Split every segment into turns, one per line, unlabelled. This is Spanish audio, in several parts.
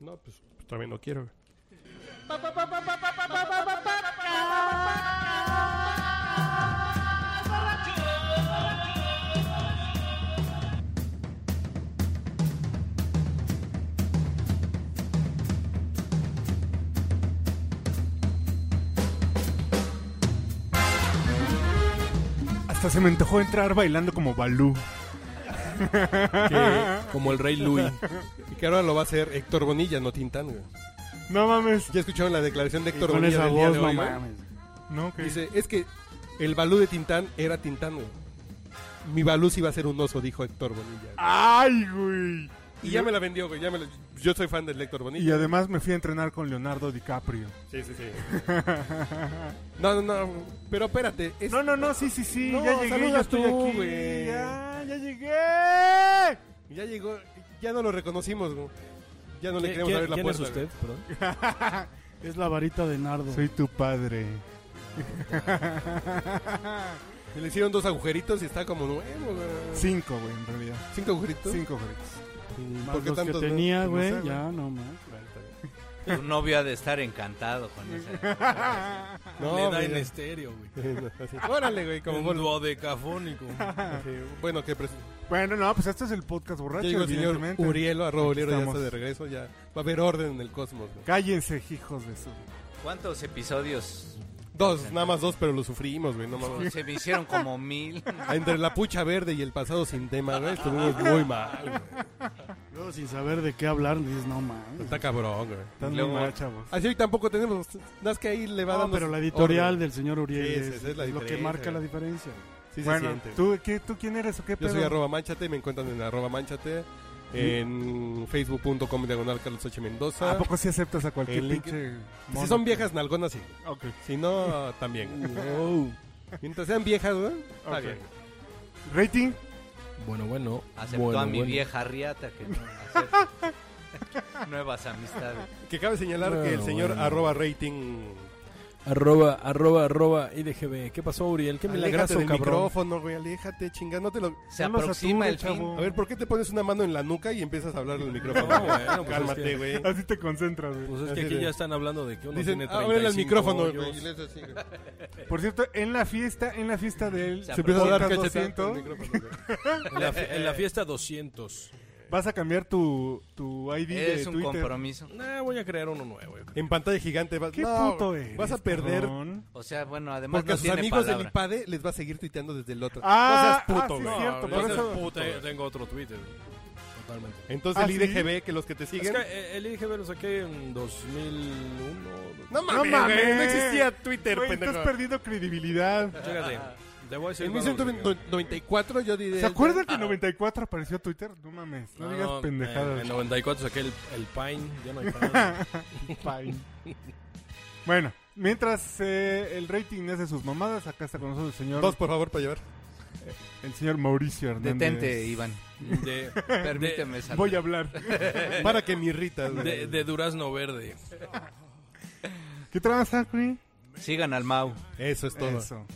No, pues, pues también no quiero. güey.
Hasta se me antojó entrar bailando como Balú.
Que- como el rey Louis. Y que ahora lo va a hacer Héctor Bonilla, no Tintán, güey.
No mames.
Ya escucharon la declaración de Héctor
Con
Bonilla
esa
del día
voz,
de
no
hoy, güey?
mames.
No, que
Dice, es que el balú de Tintán era Tintán, güey. Mi balú sí iba a ser un oso, dijo Héctor Bonilla. güey.
Ay, güey.
Ah, y ya me la vendió, güey. ya me la- Yo soy fan del Héctor Bonilla.
Y además me fui a entrenar con Leonardo DiCaprio.
Sí, sí, sí. no, no, no. Pero espérate. es-
No, no, no, sí, sí, sí.
No,
ya llegué,
saluda
ya estoy
tú,
aquí.
güey.
Ya, ya llegué.
Ya llegó. Ya no lo reconocimos, güey. Ya no le
¿Quién,
queremos abrir la
quién es
puerta.
usted? Perdón.
Es la varita de Nardo.
Soy tu padre.
güey. Y Le hicieron dos agujeritos y está como nuevo, güey.
Cinco, güey, en realidad.
¿Cinco agujeritos?
Cinco, güey.
Más
¿Por qué
los
tantos
que
no?
tenía,
No
güey.
sé, güey.
ya, no más.
Tu novio ha de estar encantado con esa.
No,
Le da
güey.
en estéreo, güey.
Así, Órale, güey. Como
Un
bol-
duodecafónico.
así, Bueno, que presente.
Bueno, no, pues este es el podcast borracho,
Llegó el señor
evidentemente.
Urielo, arroba Urielo, ya
Estamos.
está de regreso, ya. Va a haber orden en el cosmos. güey.
Cállense, hijos de su...
¿Cuántos episodios? Pues,
Dos, nada más dos, pero lo sufrimos, güey, no mames.
Se me hicieron como mil.
Entre la pucha verde y el pasado sin tema, güey, estuvimos muy mal, güey.
Luego sin saber de qué hablar, dices, no mames.
Está cabrón, güey.
Están
Luego-
muy mal, chavos.
Así hoy tampoco tenemos, nada más que ahí le va
No,
dando...
pero la editorial
orden.
del señor Uriel
Sí,
es,
esa es la
es lo que
diferencia,
marca la
güey.
diferencia. güey.
Sí se
bueno,
siente, güey.
¿tú, qué, ¿tú quién eres o qué
Yo
pedo?
soy arroba manchate, me encuentran en arroba manchate, en facebook.com diagonal Carlos H.
¿A
Mendoza.
poco sí aceptas a cualquier
El link-
pinche
Si
mono?
son viejas nalgonas, sí.
Ok.
Si no, también. güey. Mientras sean viejas, güey, está
Ok.
bien.
¿Rating?
Bueno, bueno.
Aceptó
bueno,
a mi
bueno.
vieja riata que no acepta nuevas amistades.
Que cabe señalar
Bueno,
que el señor
bueno.
arroba rating...
Arroba, arroba, arroba, IDGB. ¿Qué pasó, Uriel? ¿Qué
Aléjate
milagroso,
del
cabrón?
micrófono, güey, aléjate, chinga, no te lo...
Se
No los
aproxima
atures,
el fin.
chavo.
A ver, ¿por qué te pones una mano en la nuca y empiezas a hablar al micrófono?
No, bueno, pues es
Cálmate,
que-
güey.
Así te concentras, güey.
Pues es que
Así
aquí
de-
ya están hablando de que uno
Dicen,
tiene 35
ábrele el micrófono,
hoyos.
güey. y le haces así, güey.
Por cierto, en la fiesta, en la fiesta del...
Se
eh. Se empieza a dar
podcast
cachetazos al
200,
micrófono, güey.
En la, fi- en la fiesta 200.
Vas a cambiar tu, tu ID de
Es un
Twitter.
compromiso.
Nah, voy a crear uno nuevo. yo creo.
En pantalla gigante vas...
¿Qué
No,
puto
güey,
eres?
Vas a perder...
cabrón?
O sea, bueno, además
Porque a
no
sus
tiene
amigos del
palabra.
IPADE les va a seguir tuiteando desde el otro.
Ah,
no seas
ah,
puto,
sí,
güey.
sí. cierto,
No,
por
ese
eso-
es puto, eh, tengo otro Twitter. güey. Totalmente.
Entonces
Ah,
el
¿sí?
IDGB, que los que te
Es
siguen...
que eh, el IDGB lo saqué en 2001.
No mames,
No
güey,
mames.
no existía Twitter,
Güey,
pendejo.
estás perdiendo credibilidad.
Chécate. Te voy a decir.
En
cuándo lo saqué.
1994 yo diré...
¿Se acuerdan
Ah.
que en 94 apareció Twitter? No mames, no,
No,
digas
no, En,
eh,
pendejadas.
en 94 saqué el, el Pine. Ya no hay Pine.
Fine. bueno, mientras eh, el rating hace sus mamadas, acá está con nosotros el señor,
Ah, Dos, por favor, para llevar.
el señor Mauricio Hernández.
Detente, Iván.
De,
Permíteme salir.
Voy a hablar.
Para que me irritas, güey.
de, de Durazno Verde.
¿Qué tranza, güey?
Sigan al Mau.
Eso es todo.
Eso.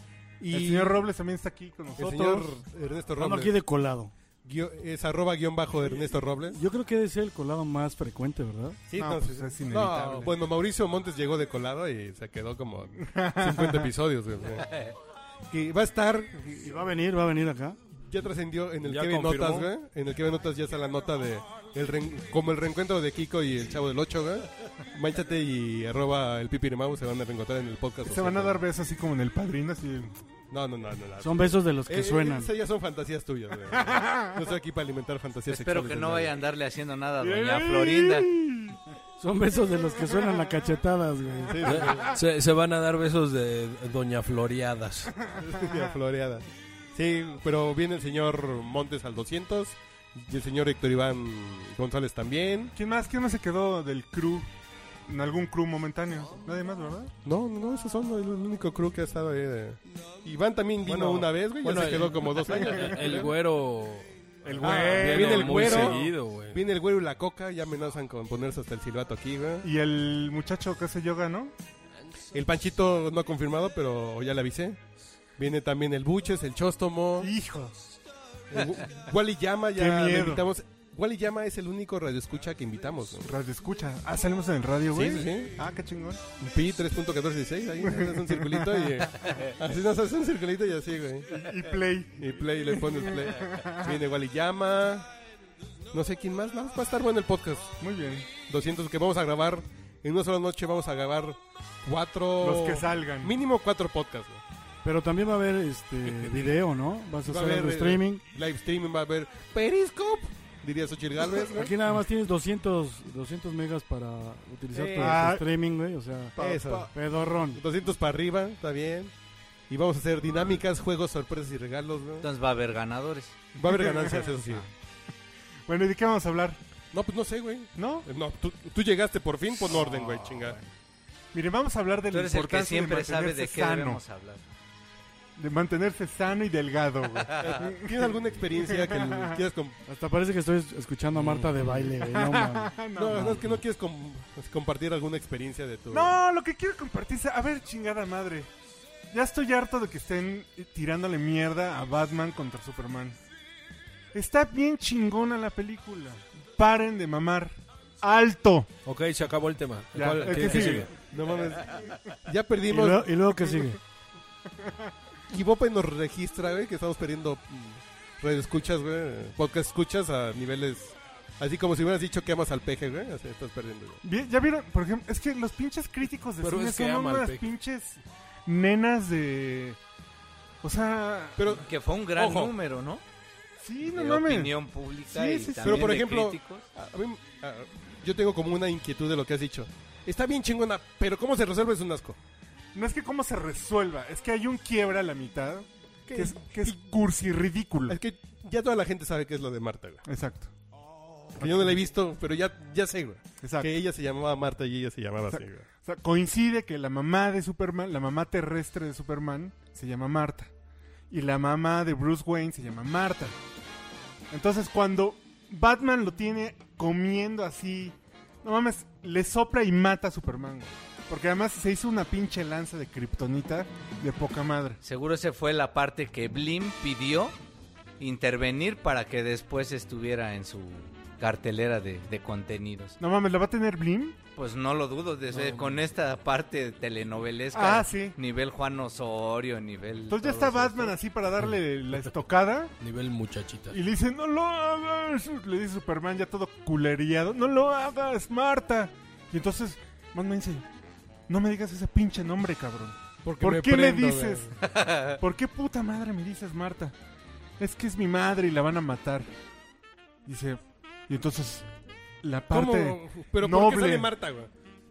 Y
El señor Robles también está aquí con
el
nosotros.
señor Ernesto
Ando
Robles.
aquí de colado.
guio- es arroba guión bajo Ernesto Robles.
Yo creo que debe ser el colado más frecuente, ¿verdad?
Sí,
No, pues es inevitable.
bueno, Mauricio Montes llegó de colado y se quedó como 50 episodios. güey. Que va a estar,
Y va a venir, va a venir acá.
ya trascendió en el
Ya
que ve
confirmó.
notas, güey. En el que ve notas ya está la nota de, el ren- como el reencuentro de Kiko y el Chavo del 8, güey. Manchate y arroba el pipirimau se van a reencontrar en el podcast.
Se van a dar besos así como en el padrino, así.
No, no, no, no. no.
Son besos de los que
Eh,
suenan.
Esas ya son fantasías tuyas, güey. No estoy aquí para alimentar fantasías
Espero
sexuales
que
de
no
nadie.
vaya a andarle haciendo nada a doña Florinda.
Son besos de los que suenan a cachetadas, güey.
Sí, sí, sí.
Se, se van a dar besos de Doña Floreadas.
Ya, floreada. Sí, pero viene el señor Montes al 200 y el señor Héctor Iván González también.
¿Quién más? ¿Quién más se quedó del crew? En algún crew momentáneo. Nadie más, ¿verdad?
No, no, esos son el único crew que ha estado ahí. de- Iván también vino
Bueno,
una vez, güey, ya
bueno,
se quedó
el-
como dos años.
El güero. Ah,
El
güero.
viene
viene el
muy
güero.
seguido, güey.
Viene el güero y la coca, ya amenazan con ponerse hasta el silbato aquí, güey.
Y el muchacho que hace yoga, ¿no?
El panchito no ha confirmado, pero ya le avisé. Viene también el Buches, el Chóstomo,
Hijos.
el Gu- Wally Llama,
Qué
ya le
miedo.
invitamos. Wally Llama es el único radioescucha que invitamos. ¿no?
Radio escucha. Ah, salimos en el radio, güey.
Sí, sí.
Ah, qué chingón.
Pi 3.1416, ahí haces un circulito y eh, así nos haces un circulito y así, güey.
Y play.
Y play, le pones play. Viene Wally Llama. No sé quién más, ¿no? Va a estar bueno el podcast.
Muy bien.
200 que vamos a grabar en una sola noche, vamos a grabar cuatro.
Oh.
Los que salgan.
Mínimo cuatro podcasts, güey.
Pero también va a haber este video, ¿no? Vas a
Va a
hacer
haber,
algo
eh,
streaming.
Live streaming va a haber Periscope, diría Xochitl Galvez, ¿no?
Aquí nada más tienes 200, 200 megas para utilizar
Sí.
para
Ah.
streaming, güey. O sea,
Eh, Pa- Eso.
pa-
pedorrón.
200 para arriba, está bien. Y vamos a hacer dinámicas, juegos, sorpresas y regalos, ¿no?
Entonces va a haber ganadores.
Va a haber ganancias, eso sí.
Bueno, ¿y de qué vamos a hablar?
No, pues no sé, güey.
¿No?
Eh, No, tú, tú llegaste por fin, pon orden, güey, chinga.
Mire, vamos a hablar de
Tú
la
eres el que
importancia
siempre
de
sabe
mantenerse
de qué
sano.
debemos hablar.
De mantenerse sano y delgado, güey.
¿Tienes alguna experiencia que l- quieras com-
Hasta parece que estoy escuchando a Marta de baile, güey. No, mames.
No, no, es que no quieres com- pues, compartir alguna experiencia de tu...
No, lo que quiero compartir es... A ver, chingada madre. Ya estoy harto de que estén tirándole mierda a Batman contra Superman. Está bien chingona la película. Paren de mamar. ¡Alto!
Ok, se acabó el tema.
Ya,
¿Cuál-
el
qué-
que
qué
sigue.
No mames. Ya
¿Y,
perdimos...
luego- y luego qué sigue?
Kibope nos registra, güey, que estamos perdiendo mm, radio escuchas, güey, podcast escuchas a niveles... Así como si hubieras dicho que amas al peje, güey, así estás perdiendo, güey.
Vi- ¿Ya vieron? Por ejemplo, es que los pinches críticos de
Pero
cine
es que
son
ama al
unas
Peque.
pinches nenas de... O sea...
Pero,
Que fue un gran
Ojo.
número, ¿no?
sí, no
de
mames.
opinión pública
Sí,
y
sí, sí.
también
Pero, por
de
ejemplo,
críticos.
a a mí, a- yo tengo como una inquietud de lo que has dicho. Está bien chingona, pero cómo se resuelve es un asco.
No es que cómo se resuelva, es que hay un quiebra a la mitad que es, que es cursi ridículo.
Es que ya toda la gente sabe qué es lo de Marta, güey.
Exacto,
Que yo no la he visto, pero ya, ya sé, güey.
exacto.
Que ella se llamaba Marta y ella se llamaba así, güey.
O sea, coincide que la mamá de Superman, la mamá terrestre de Superman, se llama Marta. Y la mamá de Bruce Wayne se llama Marta. Entonces, cuando Batman lo tiene comiendo así, no mames, le sopla y mata a Superman. güey. Porque además se hizo una pinche lanza de kriptonita de poca madre.
Seguro esa fue la parte que Blim pidió intervenir para que después estuviera en su cartelera de, de contenidos.
No mames, ¿la va a tener Blim?
Pues no lo dudo, desde- con esta parte telenovelesca,
Ah, sí.
nivel Juan Osorio, nivel...
Entonces ya está
todos estos.
Batman así para darle la estocada.
Nivel muchachita.
Y le dice, no lo hagas. Le dice Superman ya todo culeriado, no lo hagas, Marta. Y entonces Batman dice, no me digas ese pinche nombre, cabrón. ¿Por qué le dices?
Eh.
¿Por qué puta madre me dices, Marta? Es que es mi madre y la van a matar. Dice, y entonces la parte...
¿Cómo? ¿Pero por
noble.
qué sale Marta, güey?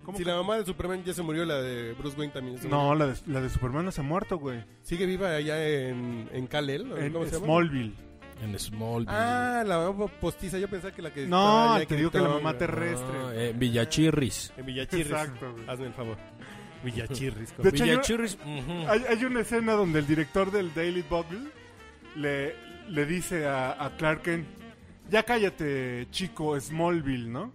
¿Cómo
Si
que-
la mamá de Superman ya se murió, la de Bruce Wayne también. se murió.
No, la de, la de Superman no se ha muerto, güey.
Sigue viva allá en, en Kal-El. ¿o
En
¿Cómo se llama?
Smallville.
En Small.
Ah, la mamá postiza. Yo pensaba que la que.
No,
estaba allá
te digo que la
estaba,
mamá
güey. Ah.
terrestre.
Ah, eh, Villachirris.
En Villachirris.
Exacto, güey.
Hazme el favor. Villachirris.
De hecho, hay una-
Villachirris. ujú.
Hay, hay una escena donde el director del Daily Bugle le, le dice a, a Clark Kent, ya cállate, chico, Smallville, ¿no?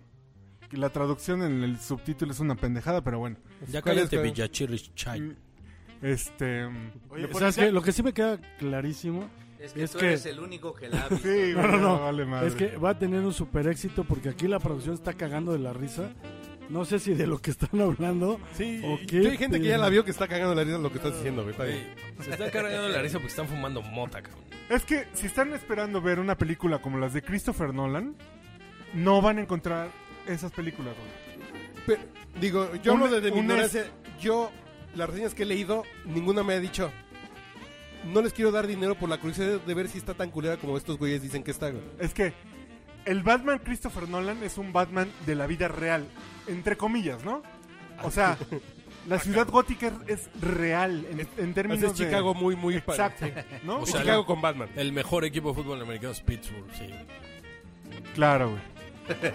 Que La traducción en el subtítulo es una pendejada, pero bueno.
Ya
¿Cuál es,
cállate,
cuál?
Villachirris. Chay.
Este... le ponen-
¿Sabes qué? Lo que sí me queda clarísimo
Es que
Es
tú
que-
eres el único que la ha visto.
Sí,
No, no, no.
vale madre.
es que va a tener un super éxito porque aquí la producción está cagando de la risa. No sé si de lo que están hablando.
Sí,
¿O
y-
qué
y hay gente que ya
pedo?
la vio que está cagando la risa lo que estás diciendo, güey. Está bien.
Ey, Eh, Se están cargando la risa porque están fumando mota, cabrón.
Es que si están esperando ver una película como las de Christopher Nolan, no van a encontrar esas películas. güey.
Pero, digo, yo
Una-
hablo desde mi
una es-
ignorancia. Yo, las reseñas que he leído, ninguna me ha dicho. No les quiero dar dinero por la curiosidad de ver si está tan culera como estos güeyes dicen que está, güey.
Es que el Batman Christopher Nolan es un Batman de la vida real, entre comillas, ¿no? O sea, la ciudad gótica es es real en, en
Así
términos
es
de...
Chicago muy, muy pa-
Exacto, ¿no?
O
Es
sea,
Chicago
la-
con Batman.
El mejor equipo de fútbol americano es Pittsburgh, sí.
Claro, güey.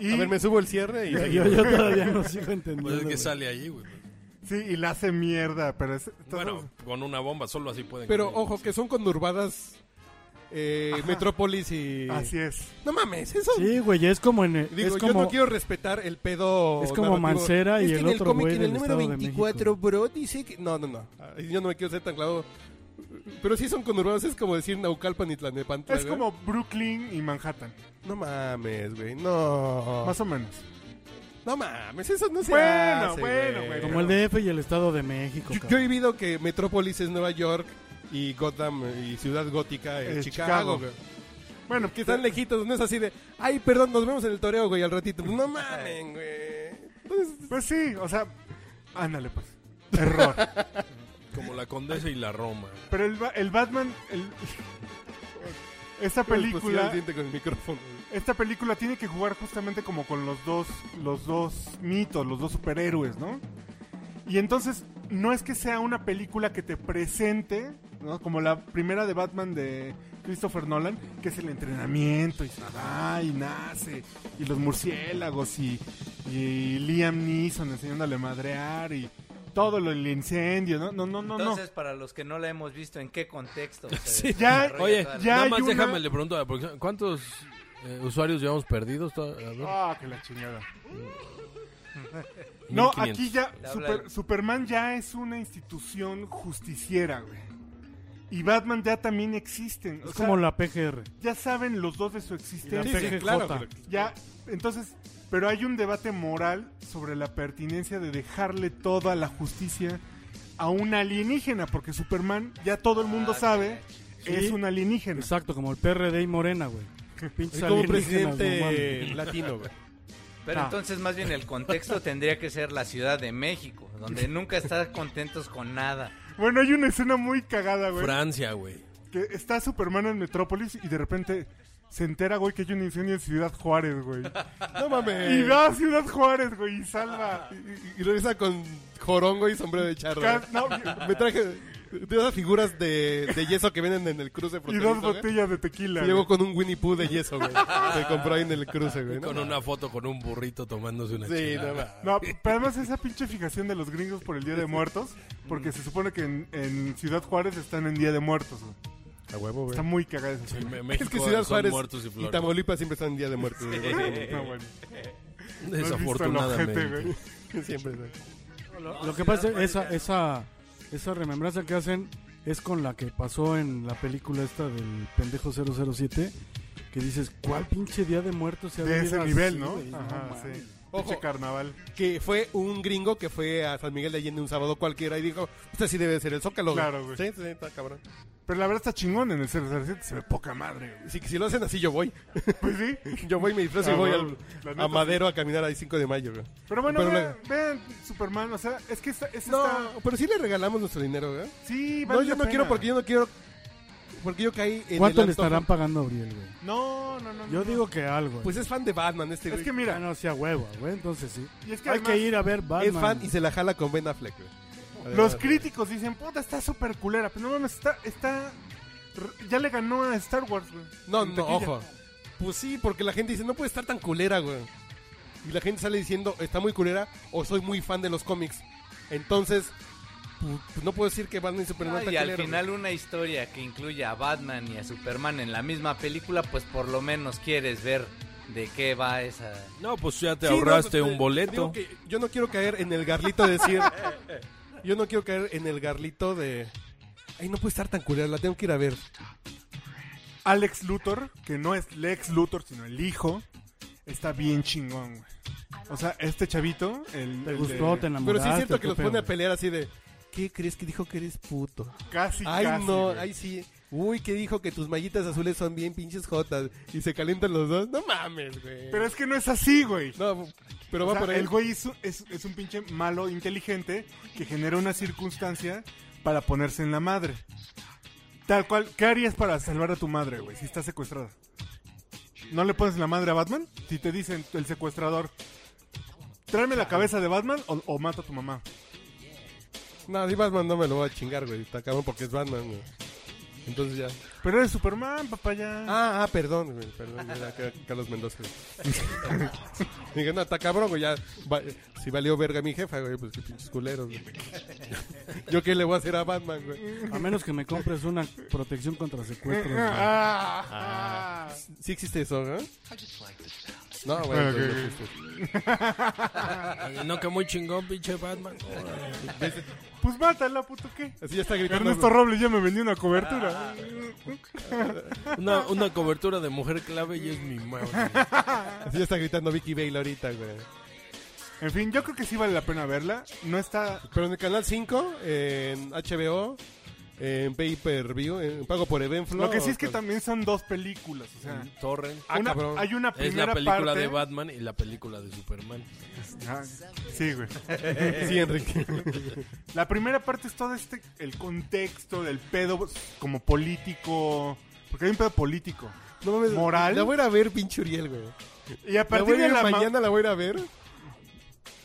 A
Y,
ver, me subo el cierre y...
Yo, yo- yo todavía no sigo entendiendo.
Pues es que
güey.
sale ahí, güey.
sí, y la hace mierda, pero es... entonces-
Bueno, con una bomba, solo así pueden.
Pero
con-
ojo, que son conurbadas eh,
Ajá. Ah,
Metrópolis y...
Así es.
No mames, eso...
Sí, güey, es como en.
Digo,
es
yo
como,
no quiero respetar el pedo...
es como
narrativo.
Mancera y
Es que
el
en el
otro
cómic,
güey
en el
del
número
Estado de
24, bro, dice que... No, no, no. Yo no me quiero ser tan clavo. Pero sí son conurbados, es como decir Naucalpan y Tlalnepantla.
Es
güey.
como Brooklyn y Manhattan,
No mames, güey, no.
más o menos.
No mames, eso no se
Bueno,
hace,
bueno, güey.
Como el DF y el Estado de México.
Yo, yo he
cabrón.
vivido que Metrópolis es Nueva York y Gotham eh, y Ciudad Gótica es
Es
Chicago,
Eh, Chicago. Eh.
güey.
Bueno,
Que están lejitos, no es así de, ay, perdón, nos vemos en el toreo, güey, al ratito. No mamen, güey. Entonces,
Pues sí, o sea, ándale pues. Error.
Como la Condesa y la Roma.
Pero el, ba- el Batman, el- esta
pues, pusieron el
película,
diente con el micrófono.
esta película tiene que jugar justamente como con los dos, los dos mitos, los dos superhéroes, ¿no? Y entonces no es que sea una película que te presente, ¿no? Como la primera de Batman de Christopher Nolan, que es el entrenamiento y se va y nace y los murciélagos y, y Liam Neeson enseñándole a madrear y todo lo, el incendio, ¿no? No, no, no, no.
Entonces, para los que no la hemos visto, ¿en qué contexto? se
Sí.
Ya,
desarrolla
Oye,
toda la-
Ya
nada
hay
más
una-
déjame le pregunto a la producción. ¿Cuántos eh, usuarios llevamos perdidos? To- a ver.
Ah, que la chingada. No,
1500.
aquí ya
Le habla
Super-
el-
Superman ya es una institución justiciera, güey. Y Batman ya también existen. o
Es
sea,
como la PGR.
ya saben los dos de su
La
existencia.
PGJ.
Ya, entonces, pero hay un debate moral sobre la pertinencia de dejarle toda la justicia a un alienígena, porque Superman ya todo el mundo
Ah,
sabe
sí.
es un alienígena.
Exacto, como el PRD y Morena, güey.
Es
Pinches
como
alienígenas, no mames.
presidente latino, güey.
Pero
Ah.
entonces, más bien, el contexto tendría que ser la Ciudad de México, donde nunca están contentos con nada.
Bueno, hay una escena muy cagada, güey.
Francia, güey.
Que está Superman en Metrópolis y de repente se entera, güey, que hay un incendio en Ciudad Juárez, güey.
No mames.
Y va a Ciudad Juárez, güey, y salva.
Y- y regresa con jorongo y sombrero de charro.
Ca-
güey.
no,
Me traje de esas figuras de, de yeso que venden en el cruce
y
fronterizo,
dos
güey.
botellas de tequila.
Y
güey.
eh? Llegó con un Winnie Pooh de yeso, güey. Se compró ahí en el cruce, güey.
Y
¿no?
Con una foto con un burrito tomándose una
Sí,
chela.
no mames.
No, pero además esa pinche fijación de los gringos por el Día de Muertos, porque se supone que en, en Ciudad Juárez están en Día de Muertos, güey.
A huevo, güey.
Está muy cagada esa escena.
Me-
Es
México
que Ciudad
son
Juárez
muertos y
y,
flores.
Tamaulipas siempre están en Día de Muertos. güey.
No, bueno. No has visto el
Desafortunadamente.
ojete, güey.
Siempre, güey.
Lo que pasa es esa, esa, esa remembranza que hacen es con la que pasó en la película esta del pendejo 007, que dices, ¿cuál pinche día de muertos se ha
De
vivido
ese
así,
nivel, ¿no?
güey? No
Ajá,
mames.
sí.
Ojo.
Pinche carnaval.
que fue un gringo que fue a San Miguel de Allende un sábado cualquiera y dijo, usted sí debe ser el Zócalo.
Claro, güey.
Sí, sí, está cabrón.
Pero la verdad está chingón en el 007, se ve poca madre, güey.
Si, si lo hacen así, yo voy.
Pues sí.
Yo voy, me disfrazo y
Ah,
voy
bueno,
al-
la neta
a
sí.
Madero a caminar ahí 5 de mayo, güey.
Pero bueno,
Pero
vean, vean Superman, o sea, es que esta, esta
No,
está-
pero sí le regalamos nuestro dinero, güey.
Sí, vale
No, yo
la
no
pena.
quiero porque yo no quiero... Porque yo caí en
¿Cuánto
el
le
antojo.
estarán pagando a Uriel, güey?
No, no, no. no.
Yo digo que algo.
Pues es fan de Batman este
es
güey.
que
mira,
mira,
Ah, no sea hueva, güey, entonces sí.
y es que
Hay
además
que ir a ver Batman.
es fan y se la jala con Ben Affleck, güey.
los
Además,
críticos dicen, "Puta, está súper culera." Pero no mames, está está r- ya le ganó a Star Wars, güey.
No,
En
no,
taquilla.
ojo. Pues sí, porque la gente dice, no puede estar tan culera, güey. Y la gente sale diciendo, está muy culera o soy muy fan de los cómics. Entonces, pu- pues no puedo decir que Batman y Superman
Ah,
está
y al
culero,
final una historia que incluya a Batman y a Superman en la misma película, pues por lo menos quieres ver de qué va esa...
No, pues ya te
güey. Sí, no,
ahorraste
te-
un boleto.
digo que yo no quiero caer en el garlito de decir... yo no quiero caer en el garlito de... Ay, no puede estar tan culera, la tengo que ir a ver.
Alex Luthor, que no es Lex Luthor, sino el hijo, está bien chingón, güey. O sea, este chavito, el,
Te
el
gustó,
de-
te enamoraste.
Pero sí es cierto que
¿qué
los
pedo?
pone a pelear así de... ¿Qué crees que dijo que eres puto?
casi
Ay,
casi,
no,
güey.
ay, sí. Uy, que dijo que tus mallitas azules son bien pinches jotas. Y se calientan los dos. No mames, güey.
Pero es que no es así, güey.
No, pero
O
va
sea,
por ahí.
el güey es, un- es- es un pinche malo inteligente que genera una circunstancia para ponerse en la madre. Tal cual, ¿qué harías para salvar a tu madre, güey, si está secuestrada? ¿No le pones la madre a Batman? Si te dicen el secuestrador, tráeme la cabeza de Batman o, o mato a tu mamá.
No, si Batman no me lo va a chingar, güey. Está cabrón porque es Batman, güey. Entonces ya.
Pero eres Superman, papá, ya.
Ah, ah, perdón, güey. Perdón, era que- Carlos Mendoza. güey. Dije, no, está cabrón, güey. Ya, va- si valió verga mi jefa, güey, pues qué pinches culeros, güey. Yo qué le voy a hacer a Batman, güey.
A menos que me compres una protección contra secuestros. güey.
Ah, ah.
Sí existe eso, ¿eh? No, bueno,
Ok,
entonces
ok.
no fuiste.
Eh, No, que muy chingón, pinche Batman.
Pues mátala, puto, ¿qué?
Así ya está gritando.
Ernesto Robles ya me vendió una cobertura.
Una, una cobertura de mujer clave y es mi madre.
Así ya está gritando Vicky Bale ahorita, güey.
En fin, yo creo que sí vale la pena verla. No está...
Pero en el canal 5, en HBO, en Pay Per View, en pago por Eventflow.
Lo que sí es que
o-
pues.
también son dos películas, o sea...
Torrent.
Ah,
una-
cabrón.
hay una
Es
primera
la película
parte...
de Batman y la película de Superman.
Ah, sí, güey.
Sí, Enrique.
La primera parte es todo este, el contexto del pedo pues, como político, porque hay un pedo político.
No mames,
¿Moral?
La voy a ir a ver, pinche Uriel, güey.
Y
La
a
voy
partir
a ir
de la ma-
mañana, la voy a ir a ver.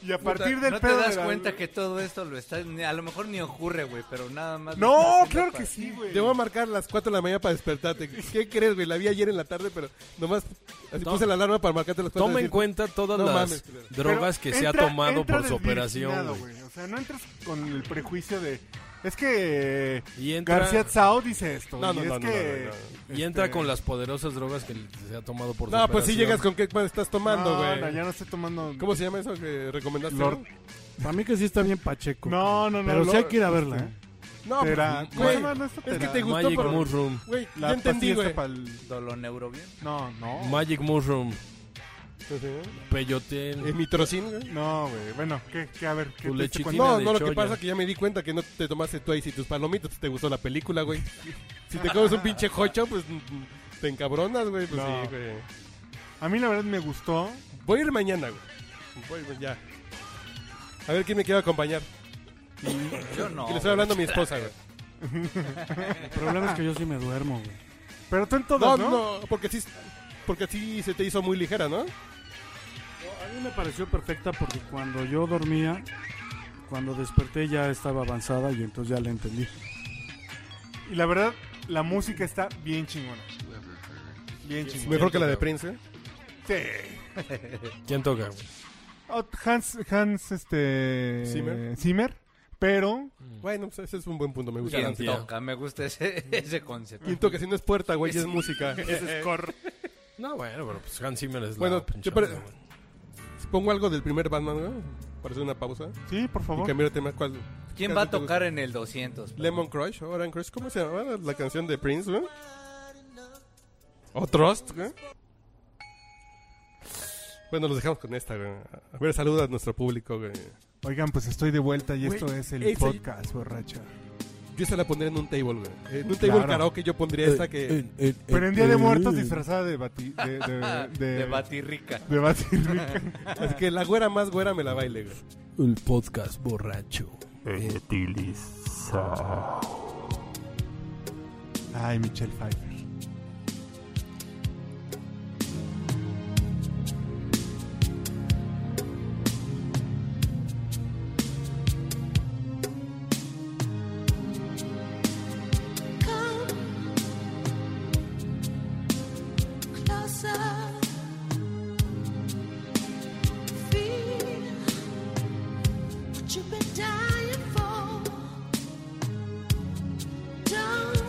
y a partir
Puta,
del
no
pedo
te das
de la-
cuenta que todo esto lo está... ni- A lo mejor ni ocurre, güey, pero nada más... lo están
No,
haciendo
claro
para-
que sí, güey.
Te voy a marcar a las 4 de la mañana para despertarte. ¿Qué crees, güey? La vi ayer en la tarde, pero nomás así
No.
puse la alarma para marcarte a las 4.
Toma en cuenta todas
No
las
mames, culero.
Pero
drogas que se ha
entra-
tomado
entra
por su
desvirginado,
operación, güey.
güey. O sea, no entras con el prejuicio de es que
Y entra-
García Tsao dice esto
No,
y
no,
es
no, no,
que este,
no, no,
Y entra con las poderosas drogas que se ha tomado por su
No, pues sí
operación.
llegas con qué cuál estás tomando,
No,
güey.
no, ya no estoy tomando
¿Cómo se llama eso que recomendaste?
Lord-
Para mí que sí está bien Pacheco.
No, no, no.
Pero
lo- este,
sí hay que ir a verla, ¿eh?
No,
Tera-
pues,
¿Cómo
güey,
se llama? No, esto
es que
tera-
te gustó
Magic
por-
Mushroom.
Güey, ya
La
entendí,
pastilla
güey.
esta pa'l-
Doloneurobión.
No, no.
Magic Mushroom. Peyote.
Eh, Mitrocin, güey.
No, güey. Bueno, que, a ver, ¿qué
Tu
te diste
lechitina.
cuenta?
No,
de
no, lo que
cholla.
pasa que ya me di cuenta que no te tomaste Twice y tus palomitas, pues, te gustó la película, güey. Si te comes un pinche jocho, pues mm, te encabronas, güey. Pues
No.
sí, güey.
A mí la verdad me gustó.
Voy a ir mañana, güey. Voy, güey, ya. A ver quién me quiere acompañar.
Yo no.
que le estoy hablando a mi esposa, güey.
El problema es que yo sí me duermo, güey.
Pero tú en
No,
todas, ¿no?
no, porque sí, porque sí se te hizo muy ligera, ¿no?
A mí me pareció perfecta porque cuando yo dormía, cuando desperté ya estaba avanzada y entonces ya la entendí.
Y la verdad, la música está bien chingona. Bien chingona.
Mejor que la de Prince. ¿eh?
Sí.
¿Quién toca? güey?
Ot- Hans, Hans, este...
Zimmer.
Pero...
Bueno, pues ese es un buen punto, me gusta.
¿Quién
tanto.
garantía.
toca? Me gusta ese, ese concepto.
Quinto, que si no es puerta, güey, es música.
Ese es cor.
No, bueno, pero pues Hans Zimmer es
Bueno,
la pinche
yo pare-
onda, güey.
Pongo algo del primer Batman, güey. Para hacer una pausa.
Sí, por
Y
favor.
cambiar de tema. ¿Cuál?
¿Quién
¿Cuál
va a
te gusta?
tocar en el 200? perdón?
Lemon Crush, Orange Crush, ¿cómo se llamaba la canción de Prince, güey? ¿O Trust, güey? Bueno, los dejamos con esta, güey. A ver, saluda a nuestro público, güey.
Oigan, pues estoy de vuelta y esto
Güey,
es el
ese-
podcast, borracha.
Yo se la pondría en un table, güey. En un table
Claro.
karaoke yo pondría esta
Eh,
que...
Pero en Día de Muertos disfrazada de bati... De, de, de,
De Batirrica.
de Batirrica.
Así que la güera más güera me la baile, güey.
El podcast borracho.
Ay, Michelle Pfeiffer.
Come closer. Feel what you've been dying for. Don't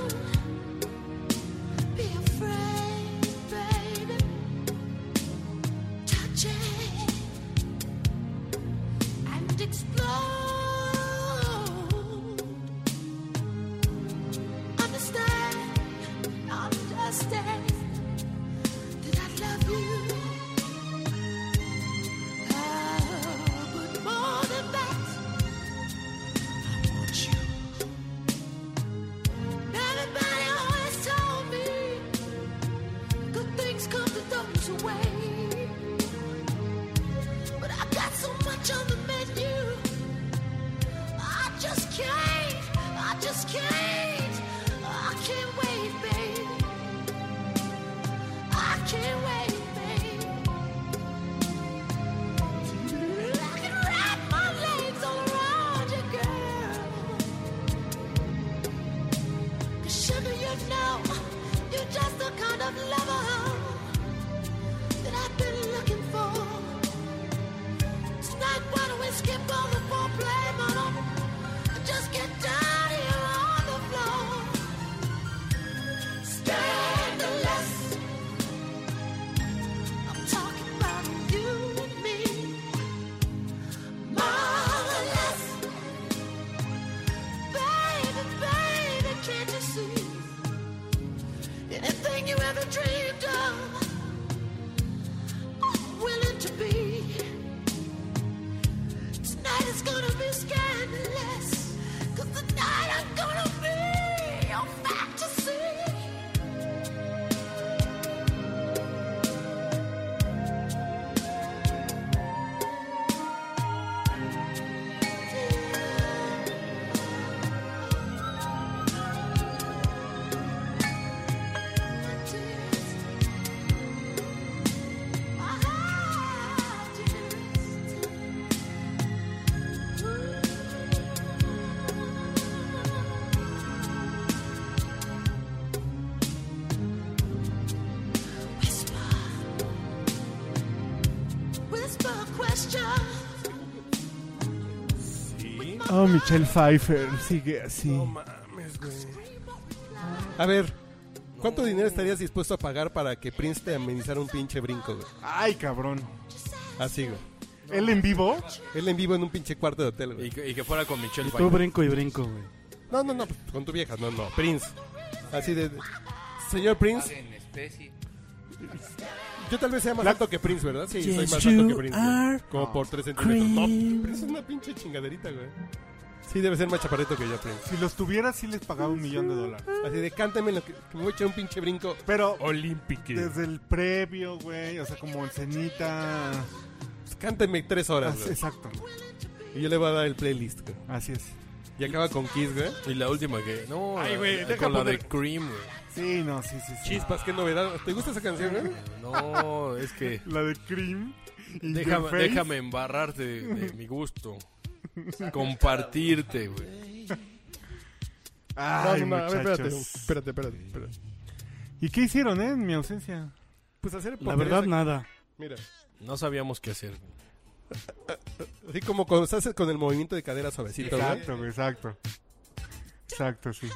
to be. Tonight is gonna be scandalous. Cause tonight I'm gonna be your fantasy. Whisper question.
Oh, Michelle Pfeiffer sigue así.
A ver, ¿cuánto dinero estarías dispuesto a pagar para que Prince te amenizara un pinche brinco, güey?
Ay, cabrón.
Así, güey.
¿Él en vivo?
Él en vivo en un pinche cuarto de hotel,
Y
güey.
que, y que fuera con Michelle
Y tú
Pfeiffer.
brinco y brinco, güey.
No, no, no, pues, con tu vieja, no, no, Prince. Así de... Señor Prince,
En especie.
yo tal vez sea más alto que Prince, ¿verdad? Sí, soy
Yes,
más alto que
you
Prince. güey.
are
Como por 3 centímetros. No, Prince es una pinche chingaderita, güey. Sí, debe ser más chaparrito que yo, Prince.
Si los tuviera, sí les pagaba un millón de dólares.
Así de, cántame lo que, que me voy a echar un pinche brinco.
Pero
Olympique.
desde el previo, güey, o sea, como en cenita.
Pues, cántame tres horas,
Así-
güey.
exacto.
Y yo le voy a dar el playlist, güey.
Así es.
Y acaba con Kiss, güey.
Y la última que. No,
Ay, güey,
eh,
deja
con la de
poner-
Cream, güey.
Sí, no, sí, sí. sí.
Chispas, qué novedad. ¿Te gusta esa canción, güey?
No, es que.
La de Cream. In Your
Déjame,
Face.
déjame embarrarte de, de mi gusto. Compartirte, güey.
Ay,
No, no, no, a ver, espérate,
muchachos.
espérate, espérate, espérate.
¿Y qué hicieron, eh, en mi ausencia?
Pues hacer
La verdad, nada.
Mira,
No sabíamos qué hacer. güey.
así como cuando se hace con el movimiento de cadera suavecito, güey.
Exacto, güey, exacto. Exacto, sí.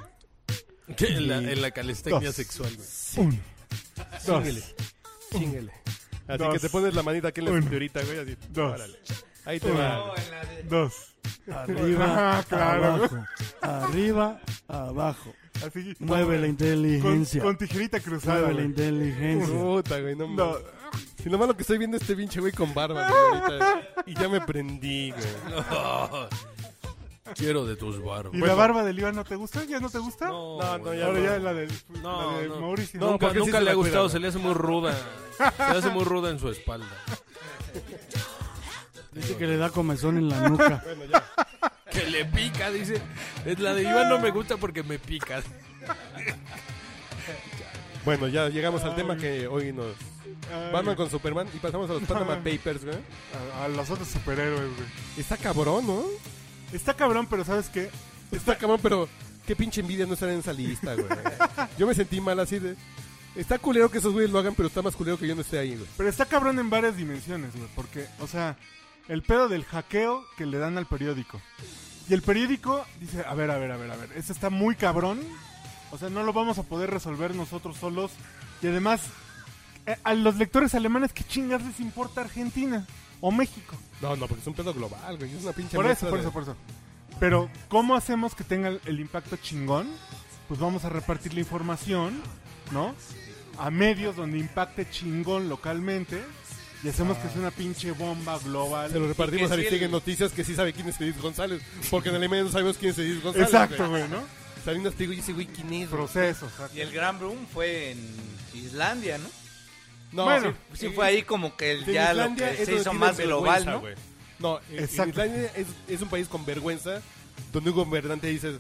Que En la, en la calistecnia
Dos.
sexual, güey.
Un, dos,
Chíngale, chíngale. Así
Dos.
que te pones la manita aquí en la
Uno.
cinturita, güey, así.
Dos.
Órale. Ahí te va.
dos.
Arriba,
Ah, claro.
abajo. Arriba, abajo.
Así.
Mueve la
con,
inteligencia.
con tijerita cruzada.
Mueve la
güey.
inteligencia.
Puta, güey, no,
No.
mames. Si lo malo que estoy viendo este pinche güey con barba, güey, ahorita. Y ya me prendí, güey.
Quiero de tus barbas.
¿Y la barba de Líbano no te gusta? ¿Ya no te gusta?
Pues No,
No,
güey.
no, ya
Ahora
no.
ya la del
No,
la de
no.
Mauricio.
No,
nunca
porque sí
nunca
se
le
la
ha gustado,
cuidan.
se le hace muy ruda. Se le hace muy ruda en su espalda.
Dice que le da comezón en la nuca.
Que le pica, dice. Es La de Iván no me gusta porque me pica.
Bueno, ya llegamos al tema que hoy nos.
Ay,
Batman con Superman y pasamos a los Panama
Ah.
Papers, güey.
a, a los otros superhéroes, güey.
Está cabrón, ¿no?
Está cabrón, pero ¿sabes qué?
Está cabrón, pero qué pinche envidia no estar en esa lista, güey. Yo me sentí mal así de. Está culero que esos güeyes lo hagan, pero está más culero que yo no esté ahí, güey.
Pero está cabrón en varias dimensiones, güey. Porque, o sea, el pedo del hackeo que le dan al periódico. Y el periódico dice, a ver, a ver, a ver, a ver, esto está muy cabrón. O sea, no lo vamos a poder resolver nosotros solos. Y además, eh, a los lectores alemanes, ¿qué chingas les importa Argentina o México?
No, no, porque es un pedo global, güey. Es una pinche.
Por
mezcla
eso, por
de-
eso, por eso. Pero, ¿cómo hacemos que tenga el- el impacto chingón? Pues vamos a repartir la información, ¿no? A medios donde impacte chingón localmente. Y hacemos que sea una pinche bomba global.
Se lo
Y
repartimos
que
a
sí
Aristegui
el-
en Noticias que sí sabe quién es Edith González. Porque en Alemania no sabemos quién es Edith González.
Exacto,
güey.
güey, ¿no?
Salinas te digo, y ese güey, ¿quién es? güey?
Proceso, exacto.
Y el Gran Broom fue en Islandia, ¿no?
No,
Bueno,
Sí, fue ahí como que el-
en
ya lo
Islandia
que
es
se
donde
hizo
tienen
más global,
vergüenza,
¿no?
güey. No, en- en
Exacto.
Islandia es, es un país con vergüenza donde un gobernante dice,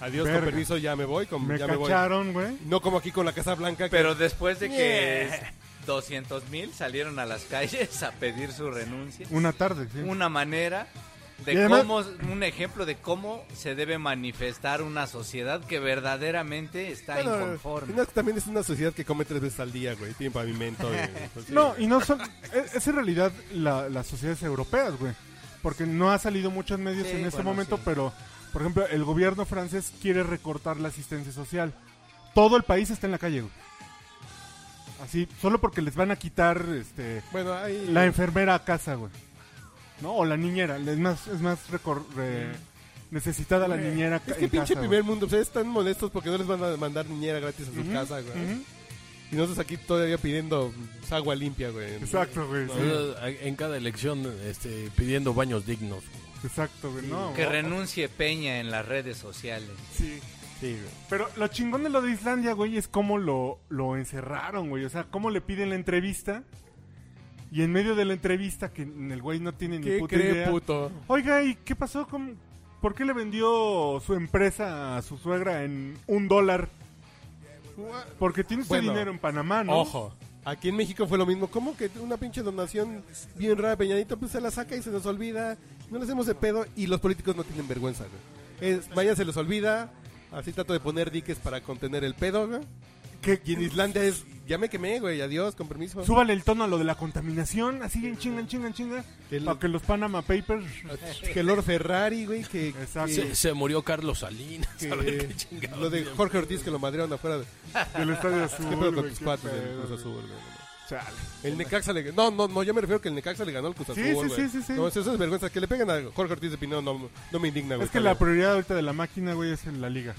adiós,
Verga.
con permiso, ya me voy, con,
Me
ya me
cacharon, güey.
voy. No como aquí con la Casa Blanca. que-
Pero después de que 200 mil salieron a las calles a pedir su renuncia,
Una tarde, sí.
una manera
Y
de
además-
cómo, un ejemplo de cómo se debe manifestar una sociedad que verdaderamente está
Bueno,
inconforme.
no, también es una sociedad que come tres veces al día, güey. Tiene pavimento. güey. Entonces,
No, y no son. e, Es, es en realidad la- las sociedades europeas, güey. Porque no ha salido mucho en medios
Sí,
en este
bueno,
momento,
sí.
pero, por ejemplo, el gobierno francés quiere recortar la asistencia social. Todo el país está en la calle, güey. Así, solo porque les van a quitar este,
Bueno, ahí...
la enfermera a casa, güey. ¿No? O la niñera. Es más, es más recor-
Mm.
re- necesitada la niñera
Es
ca-
que pinche
en
pues,
casa, güey.
primer mundo, ustedes están molestos porque no les van a mandar niñera gratis a su casa, güey.
Ujú.
Y nosotros aquí todavía pidiendo pues, agua limpia, güey.
Exacto, güey. sí.
Nosotros, a- En cada elección este, pidiendo baños dignos.
Exacto, güey. No,
Que
no.
renuncie Peña en las redes sociales.
Sí.
Sí, güey.
Pero lo chingón de lo de Islandia, güey, es cómo lo, lo encerraron, güey. O sea, cómo le piden la entrevista. Y en medio de la entrevista, que el güey no tiene ni
¿Qué
puta
cree,
idea.
puto?
Oiga, ¿y qué pasó con.? ¿Por qué le vendió su empresa a su suegra en un dólar? Porque tiene su
Bueno,
dinero en Panamá, ¿no?
Ojo. Aquí en México fue lo mismo. ¿Cómo que una pinche donación bien rara, Peñanito? Pues se la saca y se nos olvida. No le hacemos de pedo y los políticos no tienen vergüenza, güey. Es, vaya, se les olvida. Así trato de poner diques para contener el pedo, güey.
Que,
Y en Islandia es, ya me quemé, güey, adiós, con permiso.
súbale el tono a lo de la contaminación, así en chinga, en chinga, en chinga.
Que el-
Para que los Panama Papers.
Que Lord Ferrari, güey, que,
Exacto.
Se, se murió Carlos Salinas.
que-
a ver qué chingados.
Eh, lo de Jorge Ortiz que lo madrearon afuera. de-
Del Estadio Azul.
¿Qué pedo con
güey,
tus
qué
patos
pedo,
del Cruz
güey.
Azul, güey? no,
Chale.
no. El Necaxa le No, no, no, yo me refiero que el Necaxa le ganó al Cruz Azul,
Sí, sí,
güey.
sí, sí, sí.
No, eso es vergüenza. Que le peguen a Jorge Ortiz de Pineo no, no me indigna, güey.
Es que la prioridad ahorita de la máquina, güey, es en la liga.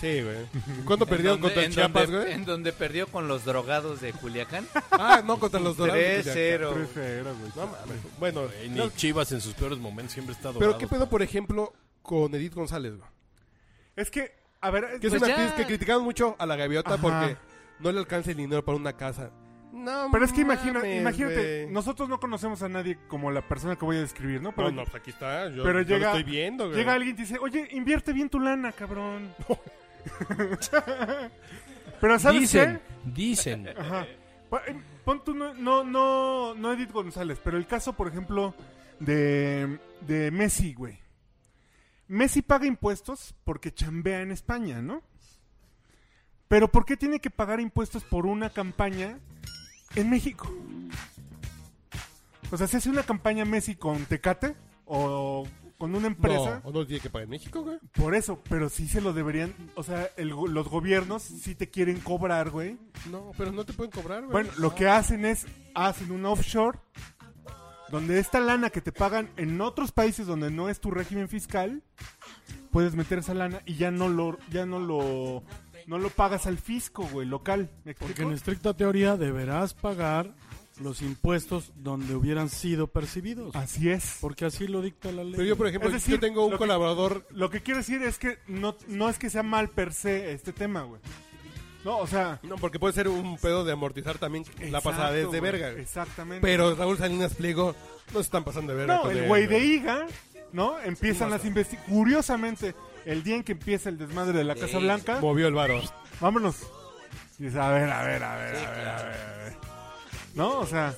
Sí, güey. ¿Cuándo perdieron
En donde-
contra
en
Chiapas,
donde-
güey?
En donde perdió con los drogados de Culiacán.
Ah, no, contra los Dorados. de Culiacán.
3-0.
3-0, güey.
No mames. Bueno,
Güey, ni
no,
Chivas en sus peores momentos siempre está dorado.
pero ¿qué pedo, por ejemplo, con Edith González, güey?
Es que, a ver,
Que es
Pues
una
ya.
actriz que criticaban mucho a la gaviota
Ajá.
porque no le alcanza el dinero para una casa. No,
pero es que
mames,
imagina, imagínate,
güey.
nosotros no conocemos a nadie como la persona que voy a describir, ¿no? Pero
no, no, pues aquí está. Yo,
pero
yo lo
llega-
estoy viendo, güey.
llega alguien y te dice, oye, invierte bien tu lana, cabrón. pero ¿sabes
Dicen,
qué?
dicen.
Ajá. Pa- eh, Pon tú, no, no, no, no Edith González, pero el caso, por ejemplo, de, de Messi, güey. Messi paga impuestos porque chambea en España, ¿no? Pero ¿por qué tiene que pagar impuestos por una campaña en México? O sea, si hace una campaña Messi con Tecate o con una empresa,
No, no tiene que pagar en México, güey.
por eso, pero sí se lo deberían, o sea, el go- los gobiernos sí te quieren cobrar, güey.
No, pero no te pueden cobrar, güey.
Bueno, lo que hacen es, hacen un offshore donde esta lana que te pagan en otros países donde no es tu régimen fiscal, puedes meter esa lana y ya no lo, ya no lo, no lo pagas al fisco, güey, local. ¿Me
Porque
explico?
en estricta teoría deberás pagar los impuestos donde hubieran sido percibidos.
Así es.
Porque así lo dicta la ley.
Pero yo, por ejemplo,
Es decir,
yo tengo un
lo que-
colaborador.
Lo que quiero decir es que no, no es que sea mal per se este tema, güey. No, o sea...
No, porque puede ser un pedo de amortizar también la
exacto,
pasada de
güey,
verga. güey.
Exactamente.
Pero Raúl Salinas Pliego no se están pasando de verga.
No,
con
el
él,
güey de IGA, ¿no? Empiezan las investigaciones. Curiosamente, el día en que empieza el desmadre de la Casa Blanca,
Movió el varo.
vámonos. Y dice, a ver, a ver, a ver, a ver, a ver, a ver. ¿No? O sea,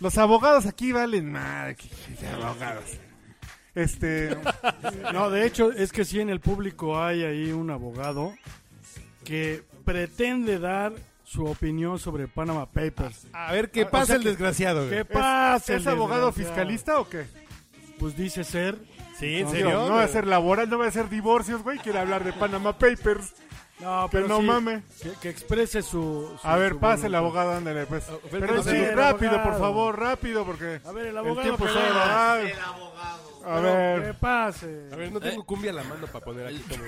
los abogados aquí valen madre. que- que- que abogados. Este.
No, de hecho, es que sí en el público hay ahí un abogado que pretende dar su opinión sobre Panama Papers.
A ver qué
o
pasa
sea
el
que-
desgraciado, güey.
¿Qué pasa?
¿Es abogado fiscalista o qué?
Pues dice ser.
Sí, en
No,
serio.
no va a ser laboral, no va a ser divorcios, güey. Quiere hablar de Panama Papers.
No,
Que
pero
no
sí,
mame.
Que, que exprese su, su-
A ver,
su
pase el
voluntad.
abogado, ándale, pues. Pero
no
sí,
sé,
Ah, el
rápido,
abogado.
por favor, rápido, porque.
A ver, el
El
abogado.
tiempo
que Ah.
es oro.
venga.
Ay, A
Pero Que
ver.
pase.
A ver, no tengo cumbia a la mano para poner aquí. como-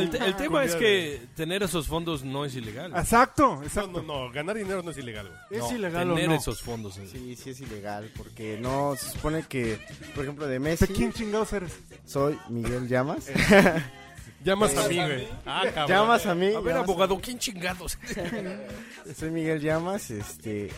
El, te- el tema es que tener esos fondos no es ilegal.
Exacto, exacto.
No, no, no, ganar dinero no es ilegal, güey.
¿Es
No,
ilegal o
Tener
no?
esos fondos. es-
Sí, sí es ilegal, porque no, se supone que, por ejemplo, de Messi,
¿De quién chingados eres?
soy Miguel Llamas.
Llamas a mí, güey. Ah, cabrón.
Llamas a mí.
A ver,
llamas-
abogado, ¿quién chingados?
Soy Miguel Llamas, este...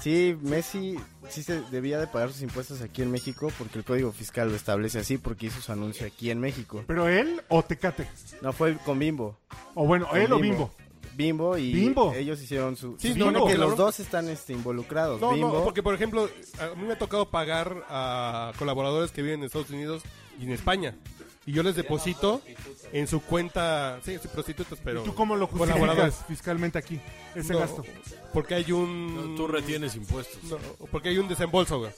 Sí, Messi sí se debía de pagar sus impuestos aquí en México porque el Código Fiscal lo establece así porque hizo su anuncio aquí en México.
¿Pero él o Tecate?
No fue con Bimbo.
O bueno,
Con
él o Bimbo.
Bimbo y
Bimbo.
ellos hicieron su...
Sí,
Sí,
no, no,
que
claro.
los dos están este, involucrados.
No,
Bimbo.
no, porque por ejemplo, a mí me ha tocado pagar a colaboradores que viven en Estados Unidos y en España. Y yo les deposito en su cuenta, sí, sí, prostitutas, pero...
¿Y tú cómo lo
Colaboradores.
justificas fiscalmente aquí? Ese
No,
gasto.
Porque hay un...
No, Tú retienes impuestos.
no, porque hay un desembolso, güey.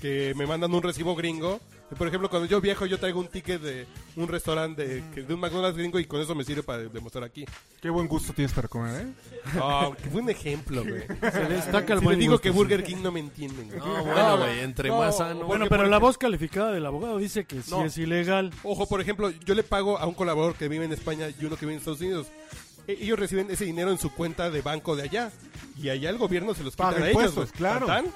Que me mandan un recibo gringo. Y, Por ejemplo, cuando yo viajo, yo traigo un ticket de un restaurante, de, que- de un McDonald's gringo y con eso me sirve para demostrar aquí.
Qué buen gusto tienes para comer, ¿eh?
Ah, que fue un ejemplo, güey.
Se destaca el
Si le
buen
digo
gusto,
que
sí.
Burger King no me entienden, güey.
No,
No,
bueno, güey, entre
no,
más sano.
bueno,
Bueno, pero la voz calificada del abogado dice que sí
No.
es ilegal.
Ojo, por ejemplo, yo le pago a un colaborador que vive en España y uno que vive en Estados Unidos. e- ellos reciben ese dinero en su cuenta de banco de allá. Y allá el gobierno se los quita
Paga
a ellos.
impuestos,
güey.
claro.
Tan, tan.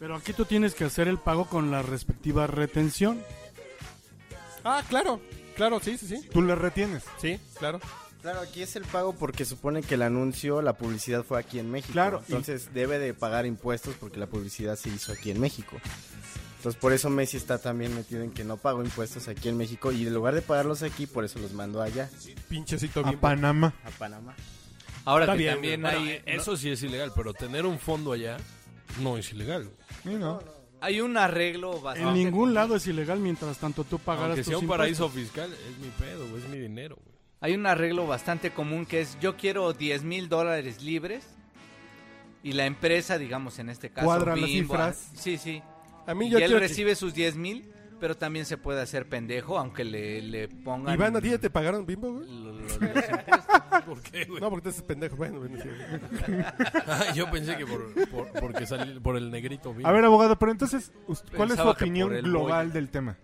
Pero aquí tú tienes que hacer el pago con la respectiva retención.
Ah, claro. Claro, sí, sí, sí.
Tú la retienes.
Sí, claro.
Claro, aquí es el pago porque supone que el anuncio, la publicidad fue aquí en México.
Claro, y-
Entonces debe de pagar impuestos porque la publicidad se hizo aquí en México. Entonces por eso Messi está también metido en que no pago impuestos aquí en México y en lugar de pagarlos aquí, por eso los mandó allá,
Pinchecito
A
bien.
Panamá.
a Panamá.
Ahora
Está
que
bien,
también
Bueno,
hay,
eh, eso sí es ilegal, pero tener un fondo allá no es ilegal. güey.
Sí, no.
hay un arreglo
En
bastante.
ningún lado es ilegal mientras tanto tú pagaras
Aunque
tus
sea un
impuestos.
paraíso fiscal, es mi pedo, güey, es mi dinero. güey.
Hay un arreglo bastante común que es yo quiero 10 mil dólares libres y la empresa, digamos en este caso,
Cuadra las
Bimbo,
cifras.
ah, Sí, sí.
A mí
Y
yo
él
quiero... que-
recibe sus 10 mil, pero también se puede hacer pendejo aunque le, le pongan...
Iván, ¿a ti ya te pagaron bimbo, güey?
lo- lo- los
¿Por qué, güey?
No, porque tú eres pendejo. Bueno, bueno, sí.
Ah, Yo pensé que por, por- porque salí- por el negrito. vino.
A ver, abogado, pero entonces, us- ¿cuál es su
Pensaba que
opinión
por el
global
boy.
del tema?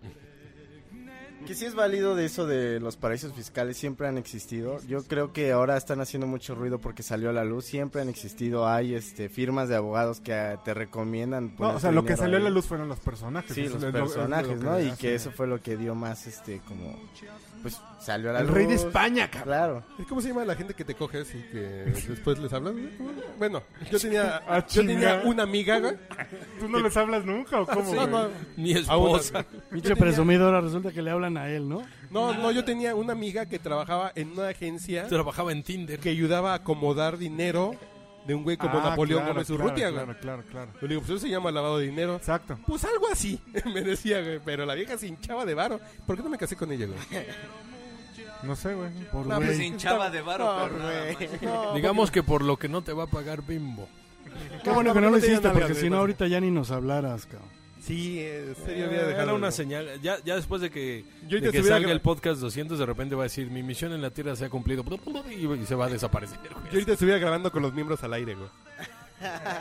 Que sí es válido de eso de los paraísos fiscales, siempre han existido. Yo creo que ahora están haciendo mucho ruido porque salió a la luz, siempre han existido. Hay este, firmas de abogados que ah, te recomiendan.
No,
poner
o sea,
tu
lo que
dinero
salió a
ahí.
la luz fueron los personajes.
Sí,
eso es
los
lo- es lo
personajes, ¿no? Y
hace-
que eso fue lo que dio más, este, como... Pues salió a la
El
luz.
rey de España, cabrón.
Claro.
¿Cómo se llama la gente que te coges y que después les hablas? güey? Bueno, yo
Ah,
tenía, yo tenía
chinga.
una amiga, güey.
¿Tú no les hablas nunca o cómo,
Sí,
güey?
no,
Mi
a una-
esposa.
Pinche presumido, ahora resulta que le hablan a él, ¿no?
No, no, yo tenía una amiga que trabajaba en una agencia
Trabajaba en Tinder.
que ayudaba a acomodar dinero de un güey como
Ah,
Napoleón
claro,
Gómez
claro,
Urrutia, güey.
Claro, claro, claro.
Yo le digo, pues eso se llama lavado de dinero.
Exacto.
Pues algo así, me decía, güey. Pero la vieja se hinchaba de varo. ¿Por qué no me casé con ella, güey?
No sé, güey.
Por
No,
güey.
pues
se hinchaba de varo,
No,
pero nada
güey.
más.
No,
Digamos que por lo que no te va a pagar Bimbo.
Qué bueno que
no
no lo
tenía
hiciste,
nalgas,
porque
güey,
si no
no.
ahorita ya ni nos hablaras, cabrón.
Sí, en serio, había
Eh,
dejado
Era una
de-
señal. Ya, ya después de que,
Yo
de
te
que
hubiera
salga
gra-
el podcast 200, de repente va a decir: Mi misión en la Tierra se ha cumplido. Y se va a desaparecer.
Yo
güey.
ahorita estuviera grabando con los miembros al aire, güey.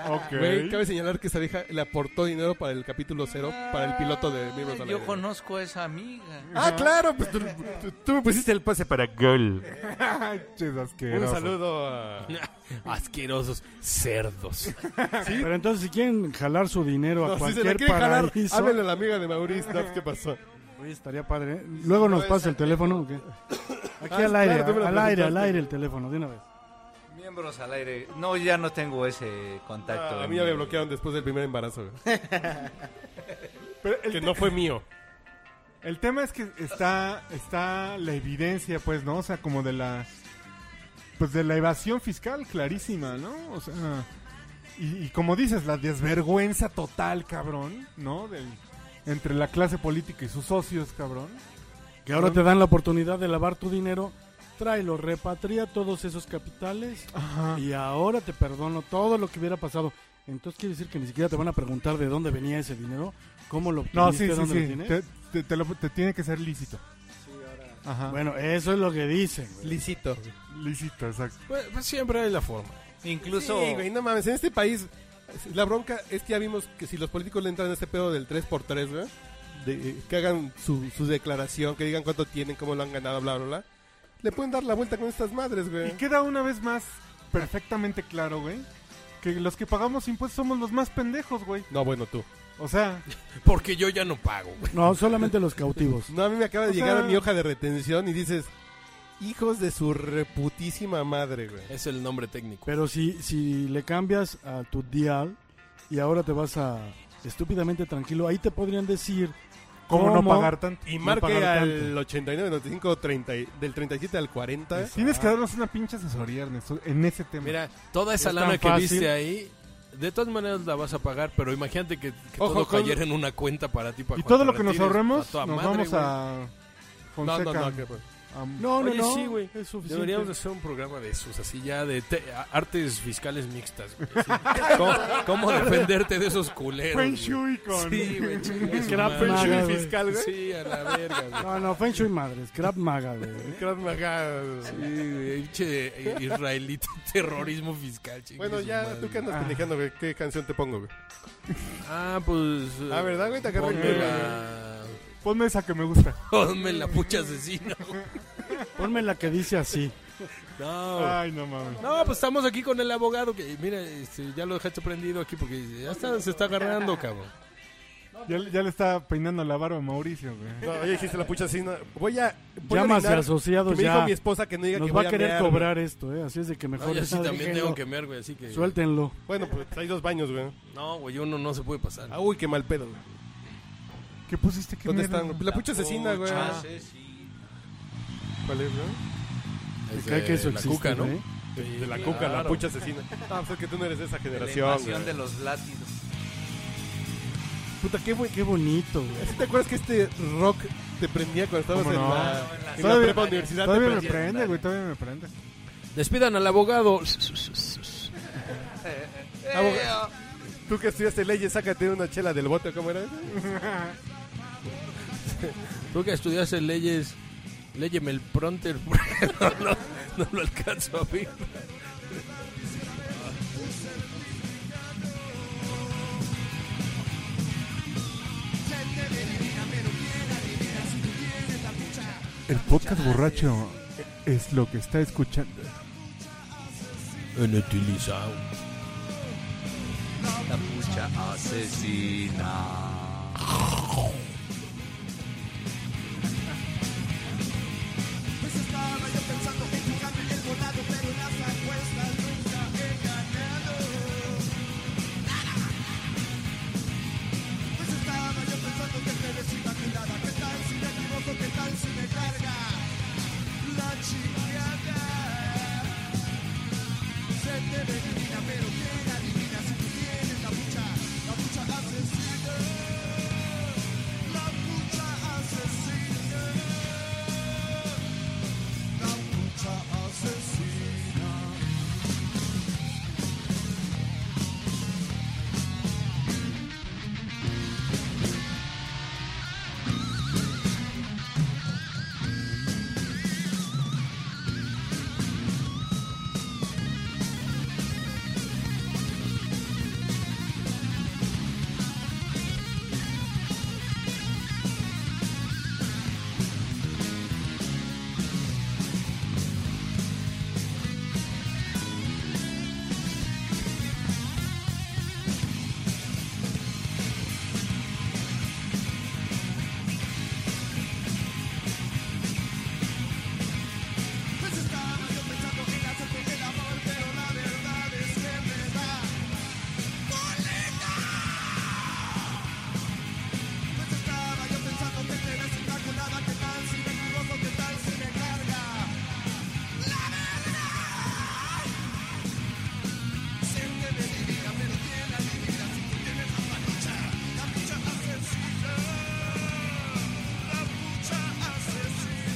Ok.
Güey, cabe señalar que esa vieja le aportó dinero para el capítulo cero, para el piloto de miembros al
Yo
aire.
conozco a esa amiga.
Ah, claro, pues tú, tú- tú me pusiste el pase para gol.
Ches asqueroso.
Un saludo a...
Asquerosos cerdos.
Pero entonces, si quieren jalar su dinero a
No, si se le
cualquier
quiere jalar,
paraíso,
háblenle a la amiga de Mauricio, ¿no? ¿qué pasó?
Oye, estaría padre. ¿eh? Luego nos pasa el teléfono, ¿o qué? Aquí
Ah,
al aire,
claro, tú me lo
al aire, al
platicaste.
aire el teléfono, de una vez.
Miembros al aire. No, ya no tengo ese contacto.
Ah, a mí ya me bloquearon después del primer embarazo, güey.
Pero el,
que no fue mío.
el tema es que está, está la evidencia, pues, ¿no? O sea, como de la... Pues de la evasión fiscal clarísima, ¿no? O sea... Y, y como dices, la desvergüenza total, cabrón, ¿no? Del, entre la clase política y sus socios, cabrón.
Que ahora te dan la oportunidad de lavar tu dinero, tráelo, repatria todos esos capitales
Ajá.
y ahora te perdono todo lo que hubiera pasado. Entonces quiere decir que ni siquiera te van a preguntar de dónde venía ese dinero, cómo lo obtuviste,
No, sí, sí,
dónde lo
sí.
tienes.
Te, te- te lo- te tiene que ser lícito. Ajá.
Ah. Bueno, eso es lo que dicen. güey.
Licito.
lícito, exacto.
Pues, pues siempre hay la forma.
Incluso.
Sí, güey, no mames, en este país la bronca es que ya vimos que si los políticos le entran a este pedo del 3x3, güey, de- eh, que hagan su, su declaración, que digan cuánto tienen, cómo lo han ganado, bla, bla, bla, le pueden dar la vuelta con estas madres,
Y
güey.
queda una vez más perfectamente claro, güey, que los que pagamos impuestos somos los más pendejos, güey.
No, bueno, tú.
O sea,
Porque yo ya no pago. güey.
No, solamente los cautivos.
No, a mí me acaba de
O
llegar
sea-
mi hoja de retención y dices, hijos de su reputísima madre, güey.
Es el nombre técnico.
Pero si, si le cambias a tu dial y ahora te vas a estúpidamente tranquilo, ahí te podrían decir
¿cómo, no pagar tanto?
Y
No
marque
pagaron
al ¿eh? 89, 95, 30, y- del 37 al 40.
Tienes que darnos una pinche asesoría, Ernesto, en ese tema.
Mira, toda esa
Es
lana
tan
que
fácil.
viste ahí, de todas maneras la vas a pagar, pero imagínate que, que
Ojo
todo
con-
cayera en una cuenta para ti. Para
y
cuando
todo lo que nos
retires,
ahorremos,
a toda
nos
madre,
vamos
güey.
a
No,
Fonseca.
no, no, que-
a-
No, no,
Oye,
no.
sí, güey.
Es suficiente.
Deberíamos hacer un programa de esos, así ya de te- a- artes fiscales mixtas. güey, así. ¿Cómo, cómo defenderte de esos culeros?
Feng
güey?
Shui con-
Sí, güey. chingue su
Que era
madre.
Feng Shui Maga, güey.
fiscal, güey.
Sí, a la verga, güey.
No, no, Feng Shui madres, crap maga, güey.
Krav Maga.
Sí, güey, pinche israelita, terrorismo fiscal, chingue
Bueno,
su
ya,
madre.
tú que andas pendejando, güey. ¿Qué canción te pongo, güey?
Ah, pues.
Ah, ¿verdad, güey? Te agarré
ponme
que-
la.
Ponme esa que me gusta.
Ponme la pucha asesina.
Ponme la que dice así.
No.
Ay, no mames.
No, pues estamos aquí con el abogado que, mira, este, ya lo dejaste prendido aquí porque ya está, se está agarrando, cabrón.
Ya, le- ya le está peinando la barba a Mauricio, güey.
No, ya hiciste la pucha así. no. Voy a. Voy
Llamas
a orinar,
asociados
que me
ya.
dijo mi esposa que no diga que
Nos va
voy
a querer
mear,
cobrar esto, ¿eh? Así es de que mejor.
No, yo sí
ya
también
déjenlo.
tengo que mear, güey, así que...
Suéltenlo.
güey. Bueno, pues hay dos baños, güey.
No, güey, uno no se puede pasar.
Ah, uy, qué mal pedo. güey.
¿Qué pusiste? ¿Qué
¿Dónde
mierda?
están? La pucha asesina, güey.
Ah,
¿Cuál es, güey?
Me
Es
cae
de
que eso
la
existe,
cuca, ¿no?
¿eh?
Sí,
De la cuca, la
claro.
pucha asesina. Ah, pues es que tú no eres de esa
La
generación,
invasión
güey.
de los látidos.
Puta, qué, bu- qué bonito, güey.
¿Sí ¿Te acuerdas que este rock te prendía cuando estabas
¿Cómo
en
no?
la, Ah, en la
Todavía-
prepa universidad? te
Todavía me
prendía?
prende, güey, todavía me prende.
ah. Despidan al abogado.
Abogado, Ah, Tú que estudiaste leyes, sácate una chela del bote, ¿cómo era?
Tú que estudiaste leyes, léyeme el pronter. no, lo, no lo alcanzo a ver.
El podcast borracho es lo que está escuchando.
Inutilizado.
La pucha asesina.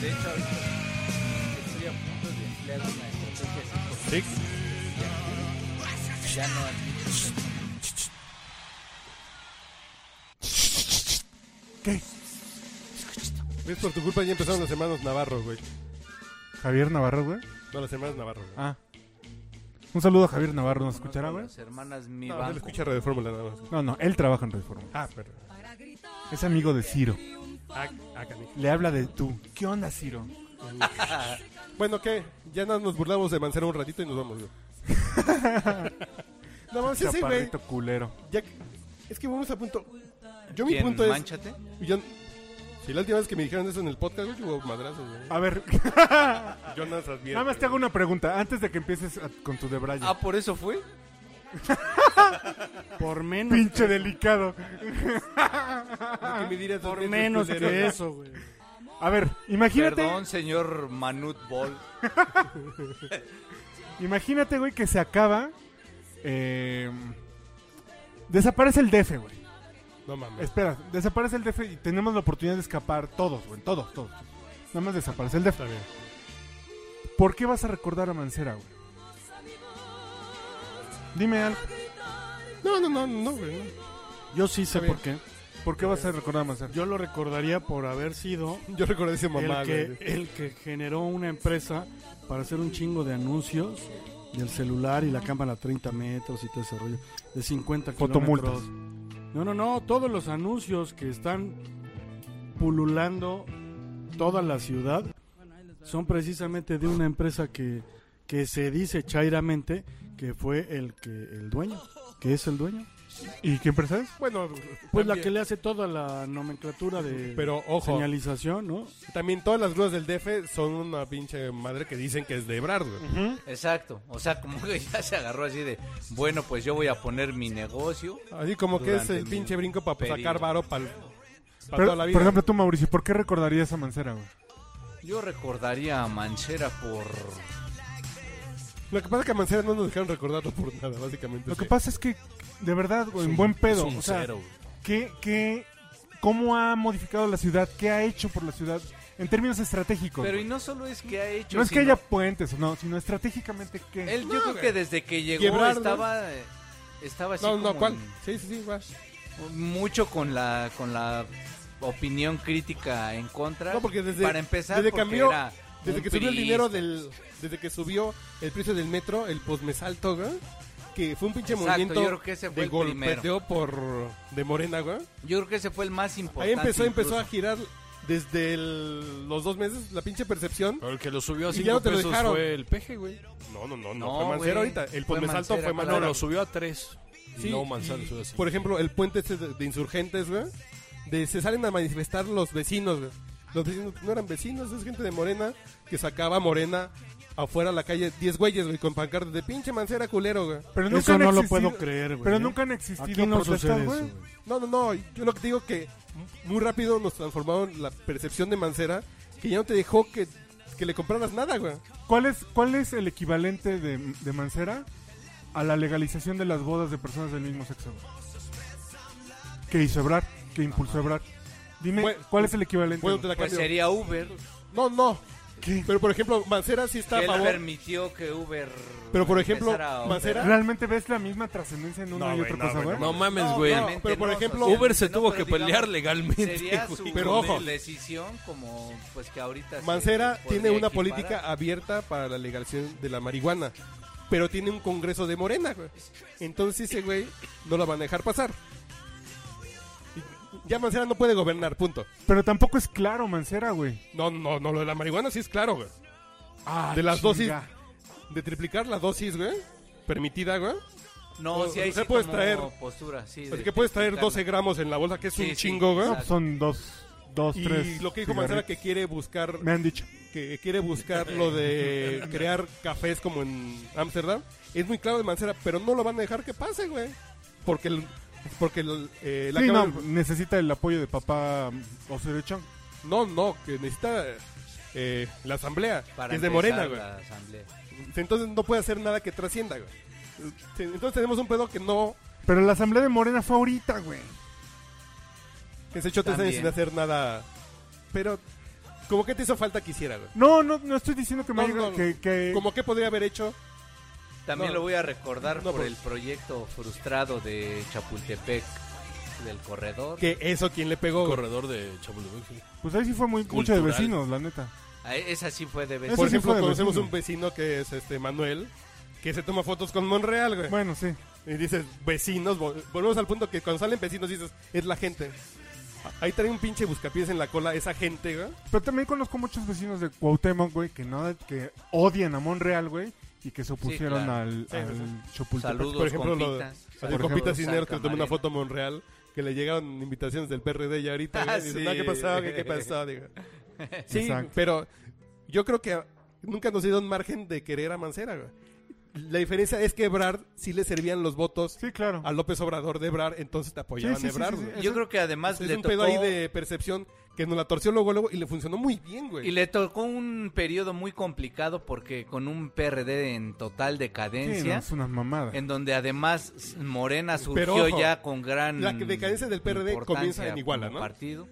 De hecho, ahorita estoy a punto de emplear una estrategia psicológica. Ya no admites.
¿Ves? Por tu culpa ya empezaron los hermanos Navarro, güey.
Javier Navarro, güey.
No, los hermanos Navarro, güey.
Ah. Un saludo a Javier Navarro, ¿nos escuchará, güey?
Las hermanas mi
No, él
banco.
escucha Radio Fórmula nada más.
No, no, él trabaja en Reforma.
Ah, pero.
Es amigo de Ciro.
Ah, ah, canijo.
Le habla de tú. ¿Qué onda, Ciro?
Bueno, ¿qué? Ya nos, nos burlamos de Mancera un ratito y nos vamos, güey. no,
Pues
mames, ese güey.
Chaparrito culero.
ya que- Es que vamos a punto. Yo mi
¿Quién?
punto es.
Manchate.
Yo, si la última vez que me dijeron eso en el podcast, güey, hubo madrazos, güey.
A ver,
Yo nada más advierto,
nada más te hago una pregunta antes de que empieces a- con tu debraye.
Ah, por eso fue.
Por menos.
Pinche delicado.
güey. ¿Qué me dirás
Por
esos
menos
culeros?
que eso, güey.
A ver, imagínate,
Perdón, señor Manut Ball.
imagínate, güey, que se acaba. eh, desaparece el DF, güey.
No mames.
Espera, desaparece el DF y tenemos la oportunidad de escapar todos, güey, todos, todos. Nada más desaparece el DF. ¿Por qué vas a recordar a Mancera, güey? Dime algo.
No, no, no, no, güey. no.
Yo sí sé por qué.
¿Por qué vas a recordar a Mancera?
Yo lo recordaría por haber sido
Yo recordé ese mamá,
el
güey.
que, el que generó una empresa para hacer un chingo de anuncios del celular y la cámara a 30 metros y todo ese rollo. De 50
Fotomultas.
kilómetros. No, no, no. Todos los anuncios que están pululando toda la ciudad son precisamente de una empresa que que se dice chairamente que fue el que el dueño, que es el dueño.
¿Y qué empresa es?
Bueno,
Pues la
también-
que le hace toda la nomenclatura de
Pero ojo.
señalización, ¿no?
También todas las grúas del DF son una pinche madre que dicen que es de Ebrard, güey.
Exacto. O sea, como que ya se agarró así de, bueno, pues yo voy a poner mi negocio.
Así como que es
Durante
el
mi
pinche brinco para
periodo.
sacar varo para toda
Pero,
la vida.
por ejemplo, tú, Mauricio, ¿por qué recordarías a Mancera, güey?
Yo recordaría a Manchera por...
Lo que pasa es que a Mancera no nos dejaron recordarlo por nada, básicamente.
Lo que
Sí.
pasa es que, de verdad, güey, en
un-
buen pedo.
es un
O sea,
cero, güey.
¿qué, qué, ¿cómo ha modificado la ciudad? ¿Qué ha hecho por la ciudad? En términos estratégicos.
Pero y
güey.
no solo es que ha hecho...
no es que
sino-
haya puentes, no, sino estratégicamente que...
Él yo creo que desde que llegó
Quebrar, ¿no?
estaba... eh, Estaba así
No, no,
como
¿cuál?
en-
Sí, sí, sí, güey.
mucho con la con la opinión crítica en contra.
No, porque desde-
para empezar
desde que
porque
cambió-
era
Desde
un
que subió el
priista.
dinero del. Desde que subió el precio del metro, el posmesalto, güey. Que fue un pinche Este
Exacto,
movimiento
yo creo que ese fue
de
el primero.
golpeteo por. de Morena, güey.
Yo creo que ese fue el más
Ahí
importante.
empezó, empezó
incluso.
a girar desde el- los dos meses la pinche percepción.
Pero el que lo subió a
Y ya
5
no te lo
pesos
dejaron.
fue el peje, güey.
No, no, no, no.
No,
fue
güey.
Mancera ahorita. El
Fue
posmesalto
Mancera,
fue
claro.
Mancera.
No, lo subió a 3.
Sí,
no, Manzana
y,
subió a 5.
Por ejemplo, el puente este de, de insurgentes, güey. De, se salen a manifestar los vecinos, güey. Los vecinos no eran vecinos, es gente de Morena que sacaba a Morena afuera a la calle. 10 güeyes, güey, con pancartas de pinche mancera culero, güey.
Pero nunca
Eso
han
no lo
existido-
puedo creer, güey.
Pero
¿eh?
nunca han existido
Aquí no
protestas,
sucede
güey.
eso, güey.
No, no, no. Yo lo que digo que muy rápido nos transformaron la percepción de mancera que ya no te dejó que, que le compraras nada, güey.
¿Cuál es, ¿Cuál es el equivalente de, de Mancera a la legalización de las bodas de personas del mismo sexo? Que hizo Ebrard, que impulsó Ebrard. Dime,
Bueno,
¿cuál es el equivalente?
Bueno, te la
Pues
cambio.
sería Uber.
No, no.
¿Qué?
Pero por ejemplo, Mancera sí está
Que
a
él
favor.
permitió que Uber.
Pero por ejemplo,
empezara a
Mancera-
¿Realmente ves la misma trascendencia en una
No,
y otra
güey, no,
cosa,
güey,
güey?
No mames,
No,
güey.
no. pero por ejemplo,
Uber se
no,
tuvo
pero
que pelear
digamos,
legalmente,
Sería
güey.
su
Pero ojo.
decisión como pues que ahorita. se
Mancera
podría
tiene una
equiparar.
política abierta para la legalización de la marihuana, pero tiene un congreso de Morena, güey. Entonces ese güey no la van a dejar pasar. Y Ya Mancera no puede gobernar, punto.
Pero tampoco es claro Mancera, güey.
No, no, no, lo de la marihuana sí es claro, güey.
Ah,
De las
chinga.
De triplicar la dosis, güey, permitida, güey.
No,
O-
si hay
o sea, puedes traer-
postura, sí.
Así
de-
que puedes traer
explicarla.
12 gramos en la bolsa, que es
Sí,
un
sí, pues,
chingo, güey.
No, pues son dos, dos,
Y
tres.
lo que dijo
cigarrillos.
Mancera que quiere buscar
Me han dicho.
que quiere buscar lo de crear cafés como en Ámsterdam, es muy claro de Mancera, pero no lo van a dejar que pase, güey. Porque, el- porque el, eh, la
Sí, no,
Cámara-
necesita el apoyo de papá Osorio Chong.
no, no, que necesita eh, la asamblea,
para
que es de
empezar
Morena,
la
güey.
asamblea.
Entonces no puede hacer nada que trascienda, güey. Entonces tenemos un pedo que no,
Pero la asamblea de Morena fue ahorita, güey.
que se echó tres años
También.
sin hacer nada, pero como que te hizo falta que hiciera, güey.
No, no, no estoy diciendo que
No,
me haya-
no, no.
que, que-
Como que podría haber hecho,
También
No.
lo voy a recordar
No, pues.
por
pero-
el proyecto frustrado de Chapultepec del corredor.
que eso quien le pegó, güey.
Corredor de Chapultepec. sí.
pues ahí sí fue muy mucho de
Cultural.
vecinos, la neta.
Ah, Esa sí fue de vez.
Eso
Por
sí
ejemplo,
fue de
conocemos
vecino.
un vecino que es este Manuel, que se toma fotos con Monreal, güey.
Bueno, sí.
Y dices, vecinos, vol- volvemos al punto que cuando salen vecinos dices, es la gente. A- Ahí trae un pinche buscapiés en la cola esa gente, güey.
Pero también conozco muchos vecinos de Cuauhtémoc, güey, que no que odian a Monreal, güey, y que se opusieron
claro.
al,
Sí,
al
sí,
Chapultepec.
Saludos,
Por ejemplo, lo de
compitas.
así, compita
Saludos,
Cisneros que
San
le tomó una
Camarena.
foto a Monreal, que le llegaron invitaciones del PRD ya ahorita, güey.
Ah,
y dices,
sí.
"No, ¿qué pasó? ¿Qué, qué pasó? Digo, sí,
Exacto.
pero yo creo que nunca nos dieron margen de querer a Mancera, güey. La diferencia es que Ebrard sí le servían los votos
Sí, claro.
a López Obrador de Ebrar, entonces te apoyaban
Sí, sí, sí,
Ebrar,
sí, sí.
güey.
Yo creo que además
Es
le
un
tocó,
pedo ahí de percepción que nos la torció luego, luego y le funcionó muy bien, güey.
y le tocó un periodo muy complicado porque con un PRD en total
Sí,
decadencia,
no, es una mamada.
en donde además s- Morena surgió
Pero, ojo,
ya con gran
la que decadencia del PRD
importancia
comienza en Iguala,
como
¿no?
Partido.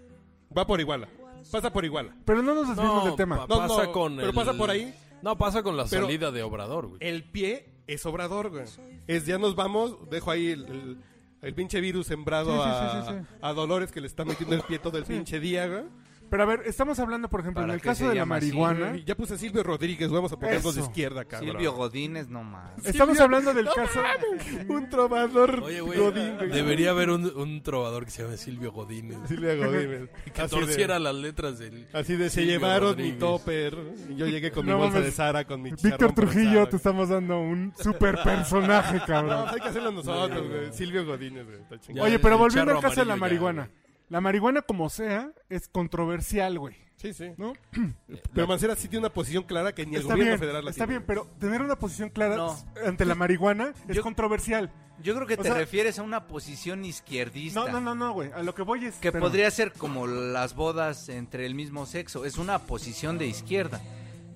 Va por Iguala. Pasa por Iguala.
Pero no nos desviemos del tema.
pa-
No,
pasa
no,
con
pero
el-
pasa por ahí.
No, pasa con la
Pero-
salida de Obrador, güey.
El pie es obrador, güey. Es ya nos vamos, dejo ahí el, el- el pinche virus sembrado
Sí, sí,
a,
sí, sí, sí.
a Dolores que le está metiendo el pie todo el pinche día, güey.
Pero a ver, estamos hablando, por ejemplo, en
¿Para
el
qué se
caso de la
llama así?
marihuana.
Ya puse Silvio Rodríguez, vamos a ponerlo de
¿Eh? Eso.
izquierda, cabrón.
Silvio Godínez, no más.
Estamos hablando del caso.
Un trovador
Oye, güey,
Godín, güey.
debería haber un, un trovador que se llame Silvio Godínez.
Silvio Godín.
Que
Así de-
torciera las letras del...
Así de, se
Silvio
llevaron mi
Rodríguez.
topper. Y yo llegué con
No
mi bolsa
mames.
de Sara, con mi chicharrón.
Víctor Trujillo,
prensado.
te estamos dando un super personaje,
No,
cabrón.
pues hay que hacerlo nosotros, güey. Silvio Godínez, güey. Está chingón.
Ya,
Oye,
el
pero volviendo
charro
al caso de la
amarillo ya,
marihuana. La marihuana, como sea, es controversial, güey.
Sí, sí.
¿No?
Pero Mancera sí tiene una posición clara que ni el
Está
gobierno
bien,
federal la
está
tiene.
bien, pero tener una posición clara
No.
ante la marihuana es
Yo-
controversial.
Yo creo que
O
te
sea-
refieres a una posición izquierdista.
No, no, no, no, güey. A lo que voy es.
Que
pero-
podría ser como las bodas entre el mismo sexo. Es una posición de izquierda.